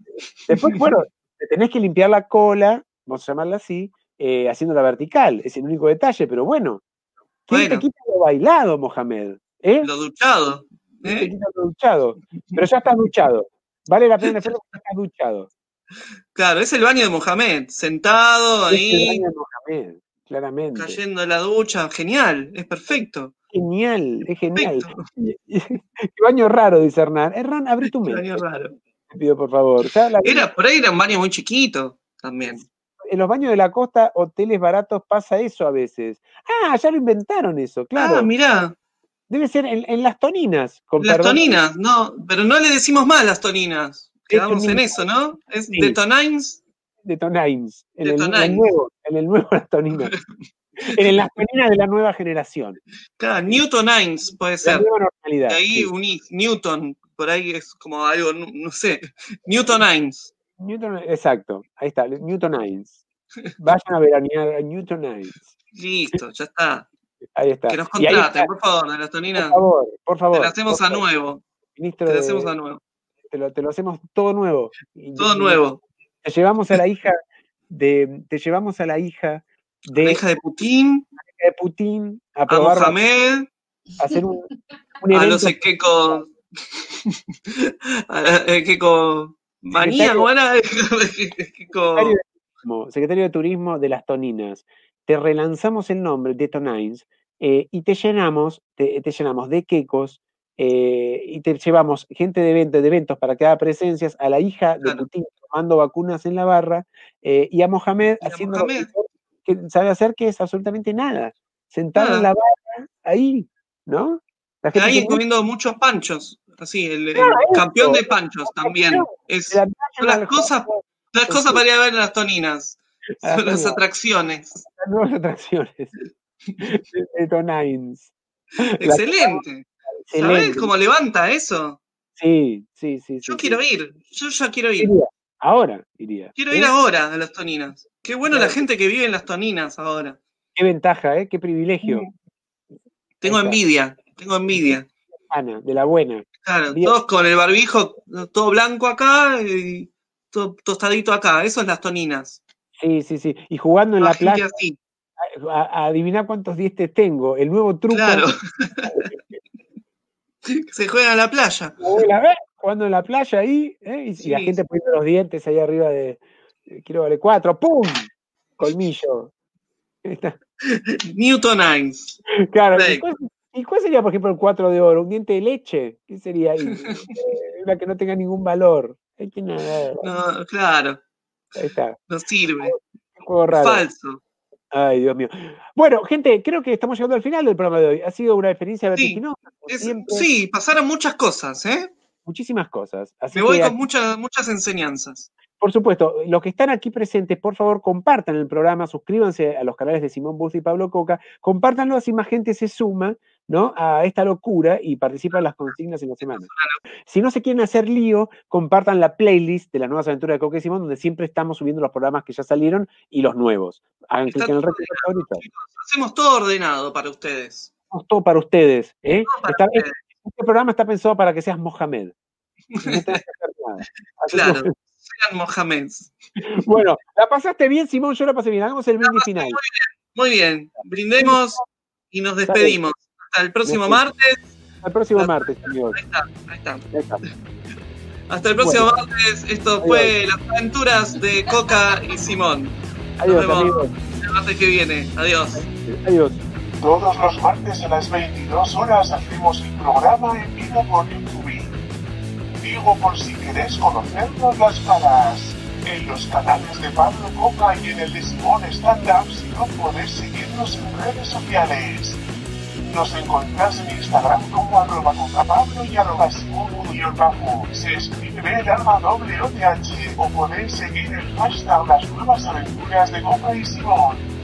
[SPEAKER 3] Después, bueno, te tenés que limpiar la cola, vamos a llamarla así, eh, haciéndola vertical. Es el único detalle, pero bueno. ¿Quién
[SPEAKER 2] Bueno.
[SPEAKER 3] te quita lo bailado, Mohamed? ¿Eh?
[SPEAKER 2] Lo duchado.
[SPEAKER 3] ¿Quién te
[SPEAKER 2] ¿eh?
[SPEAKER 3] quita lo duchado? Pero ya estás duchado. Vale la pena hacerlo porque estás duchado.
[SPEAKER 2] Claro, es el baño de Mohamed, sentado
[SPEAKER 3] Es el
[SPEAKER 2] ahí,
[SPEAKER 3] Este baño de Mohamed, claramente.
[SPEAKER 2] cayendo en la ducha. Genial, es perfecto.
[SPEAKER 3] Genial, es genial.
[SPEAKER 2] Perfecto.
[SPEAKER 3] Qué baño raro, dice Hernán. Hernán, abre tu
[SPEAKER 2] Qué
[SPEAKER 3] mente,
[SPEAKER 2] baño raro.
[SPEAKER 3] te pido por favor. Ya la-
[SPEAKER 2] Era, por ahí era un baño muy chiquito también.
[SPEAKER 3] En los baños de la costa, hoteles baratos, pasa eso a veces. Ah, ya lo inventaron eso, claro.
[SPEAKER 2] Ah, mirá,
[SPEAKER 3] Debe ser en, en las toninas. con
[SPEAKER 2] las
[SPEAKER 3] perdón.
[SPEAKER 2] toninas, no, pero no le decimos más las toninas. Quedamos en
[SPEAKER 3] mismo.
[SPEAKER 2] eso, ¿no? Es
[SPEAKER 3] Sí.
[SPEAKER 2] de Tonines,
[SPEAKER 3] De Tonines. En
[SPEAKER 2] De
[SPEAKER 3] el, en el
[SPEAKER 2] Tonines.
[SPEAKER 3] nuevo, en el nuevo las toninas. en el- las toninas de la nueva generación.
[SPEAKER 2] claro, Newtonines puede
[SPEAKER 3] La
[SPEAKER 2] ser.
[SPEAKER 3] nueva normalidad.
[SPEAKER 2] De ahí
[SPEAKER 3] sí.
[SPEAKER 2] unís Newton, por ahí es como algo, no, no sé, Newtonines.
[SPEAKER 3] Newton- exacto, ahí está, Newton Nines. Vayan a veranear a Newton Nines.
[SPEAKER 2] Listo, ya está.
[SPEAKER 3] Ahí está.
[SPEAKER 2] Que nos
[SPEAKER 3] Y ahí
[SPEAKER 2] contraten,
[SPEAKER 3] está,
[SPEAKER 2] por favor, de las
[SPEAKER 3] Por
[SPEAKER 2] toninas.
[SPEAKER 3] favor, por favor.
[SPEAKER 2] Te la hacemos
[SPEAKER 3] por
[SPEAKER 2] a
[SPEAKER 3] favor, Eh,
[SPEAKER 2] nuevo,
[SPEAKER 3] Ministro
[SPEAKER 2] te la
[SPEAKER 3] de-
[SPEAKER 2] hacemos a nuevo,
[SPEAKER 3] te lo, te lo hacemos todo nuevo. Y-
[SPEAKER 2] todo
[SPEAKER 3] y
[SPEAKER 2] nuevo.
[SPEAKER 3] Te llevamos a la hija de, te llevamos a la hija de,
[SPEAKER 2] La hija de Putin,
[SPEAKER 3] de Putin a
[SPEAKER 2] a
[SPEAKER 3] probar, a
[SPEAKER 2] Mohamed,
[SPEAKER 3] hacer un, un
[SPEAKER 2] a
[SPEAKER 3] evento
[SPEAKER 2] los Ekeko. a eh, la Ekeko. Manía,
[SPEAKER 3] Secretario-
[SPEAKER 2] ¿cómo era? Ekeko-
[SPEAKER 3] secretario de turismo, secretario de turismo de las Toninas. Te relanzamos el nombre de Tonines eh, y te llenamos, te, te llenamos de quecos eh, y te llevamos gente de eventos, de eventos para que haga presencias a la hija de
[SPEAKER 2] Claro.
[SPEAKER 3] Putin tomando vacunas en la barra eh, y a Mohamed
[SPEAKER 2] Y a
[SPEAKER 3] haciendo
[SPEAKER 2] Mohamed.
[SPEAKER 3] lo que que sabe hacer que es absolutamente nada, sentado en
[SPEAKER 2] Nada.
[SPEAKER 3] la barra ahí, ¿no? La
[SPEAKER 2] Que
[SPEAKER 3] gente
[SPEAKER 2] alguien
[SPEAKER 3] se mueve,
[SPEAKER 2] comiendo muchos panchos. Así, el, el
[SPEAKER 3] Claro, Ah, eso.
[SPEAKER 2] campeón de panchos también. Es,
[SPEAKER 3] la
[SPEAKER 2] son las
[SPEAKER 3] al-
[SPEAKER 2] cosas- las cosas para ir a ver en las toninas.
[SPEAKER 3] Ah,
[SPEAKER 2] Son las
[SPEAKER 3] genial.
[SPEAKER 2] atracciones.
[SPEAKER 3] las nuevas atracciones de, de Tonines.
[SPEAKER 2] Excelente. ¿Sabés
[SPEAKER 3] Excelente.
[SPEAKER 2] cómo levanta eso?
[SPEAKER 3] Sí, sí, sí.
[SPEAKER 2] Yo
[SPEAKER 3] sí,
[SPEAKER 2] quiero
[SPEAKER 3] sí.
[SPEAKER 2] ir. Yo ya quiero ir.
[SPEAKER 3] Iría. Ahora iría.
[SPEAKER 2] Quiero
[SPEAKER 3] ¿eh?
[SPEAKER 2] ir ahora a las toninas. Qué bueno la
[SPEAKER 3] Claro.
[SPEAKER 2] gente que vive en las toninas ahora.
[SPEAKER 3] Qué ventaja, ¿eh? qué privilegio,
[SPEAKER 2] Tengo
[SPEAKER 3] Ahí está.
[SPEAKER 2] envidia. Tengo envidia.
[SPEAKER 3] Ana, de la buena.
[SPEAKER 2] Claro,
[SPEAKER 3] Bien.
[SPEAKER 2] todos con el barbijo todo blanco acá y todo tostadito acá. Eso es las toninas.
[SPEAKER 3] Sí, sí, sí. Y jugando en
[SPEAKER 2] Más
[SPEAKER 3] la
[SPEAKER 2] gente
[SPEAKER 3] plaza,
[SPEAKER 2] así,
[SPEAKER 3] a, a adivinar cuántos dientes tengo. El nuevo truco.
[SPEAKER 2] claro. Se juega en la playa.
[SPEAKER 3] Abuela, ¿eh? Jugando en la playa ahí, ¿eh? y, y la
[SPEAKER 2] Sí.
[SPEAKER 3] gente poniendo los dientes ahí arriba de. eh, Quiero vale cuatro. ¡Pum! Colmillo. Ahí está.
[SPEAKER 2] Newton Nines.
[SPEAKER 3] Claro. ¿Y
[SPEAKER 2] Sí.
[SPEAKER 3] cuál, y cuál sería, por ejemplo, el cuatro de oro? ¿Un diente de leche? ¿Qué sería ahí? Eh, Una que no tenga ningún valor. Hay que nada.
[SPEAKER 2] No, claro,
[SPEAKER 3] Ahí está.
[SPEAKER 2] no sirve.
[SPEAKER 3] Un juego raro.
[SPEAKER 2] Falso.
[SPEAKER 3] Ay, Dios mío. Bueno, gente, creo que estamos llegando al final del programa de hoy. Ha sido una experiencia
[SPEAKER 2] Sí,
[SPEAKER 3] vertiginosa, como
[SPEAKER 2] Es-
[SPEAKER 3] siempre,
[SPEAKER 2] sí, pasaron muchas cosas, ¿eh?
[SPEAKER 3] muchísimas cosas. Así
[SPEAKER 2] Me voy
[SPEAKER 3] que,
[SPEAKER 2] con muchas, muchas enseñanzas.
[SPEAKER 3] por supuesto, los que están aquí presentes, por favor, compartan el programa, suscríbanse a los canales de Simón Busto y Pablo Coca, compártanlo así más gente se suma, ¿no? A esta locura y participa en las consignas en la semana. Si no se quieren hacer lío, compartan la playlist de las nuevas aventuras de Coca y Simón, donde siempre estamos subiendo los programas que ya salieron y los nuevos. Hagan
[SPEAKER 2] Está
[SPEAKER 3] clic en el
[SPEAKER 2] todo
[SPEAKER 3] recordatorio y chao.
[SPEAKER 2] Hacemos todo ordenado para ustedes.
[SPEAKER 3] Hacemos todo para ustedes, ¿eh?
[SPEAKER 2] para
[SPEAKER 3] Está-
[SPEAKER 2] ustedes.
[SPEAKER 3] Este programa está pensado para que seas Mohamed. No tenés que hacer nada. Así que,
[SPEAKER 2] Claro, sean Mohamed.
[SPEAKER 3] Bueno, la pasaste bien, Simón, yo la pasé bien. Hagamos el brindis final.
[SPEAKER 2] Muy bien, brindemos y nos despedimos. Hasta el próximo martes.
[SPEAKER 3] El próximo martes, señor.
[SPEAKER 2] Ahí está.
[SPEAKER 3] Ya está.
[SPEAKER 2] Hasta el próximo martes. Esto fue las aventuras de Coca y Simón.
[SPEAKER 3] Adiós,
[SPEAKER 2] vemos.
[SPEAKER 3] amigos.
[SPEAKER 2] El martes que viene. Adiós.
[SPEAKER 3] Adiós.
[SPEAKER 1] Todos los martes a las 22 horas hacemos el programa en vivo por YouTube. Digo por si querés conocernos las caras. En los canales de Pablo Coca y en el de Simón Stand Up si no podés seguirnos en redes sociales. Nos encontrás en Instagram como arroba coca Pablo y arroba Simón guión bajo. Se escribe el arma doble OTH o podéis seguir el hashtag las nuevas aventuras de Coca y Simón.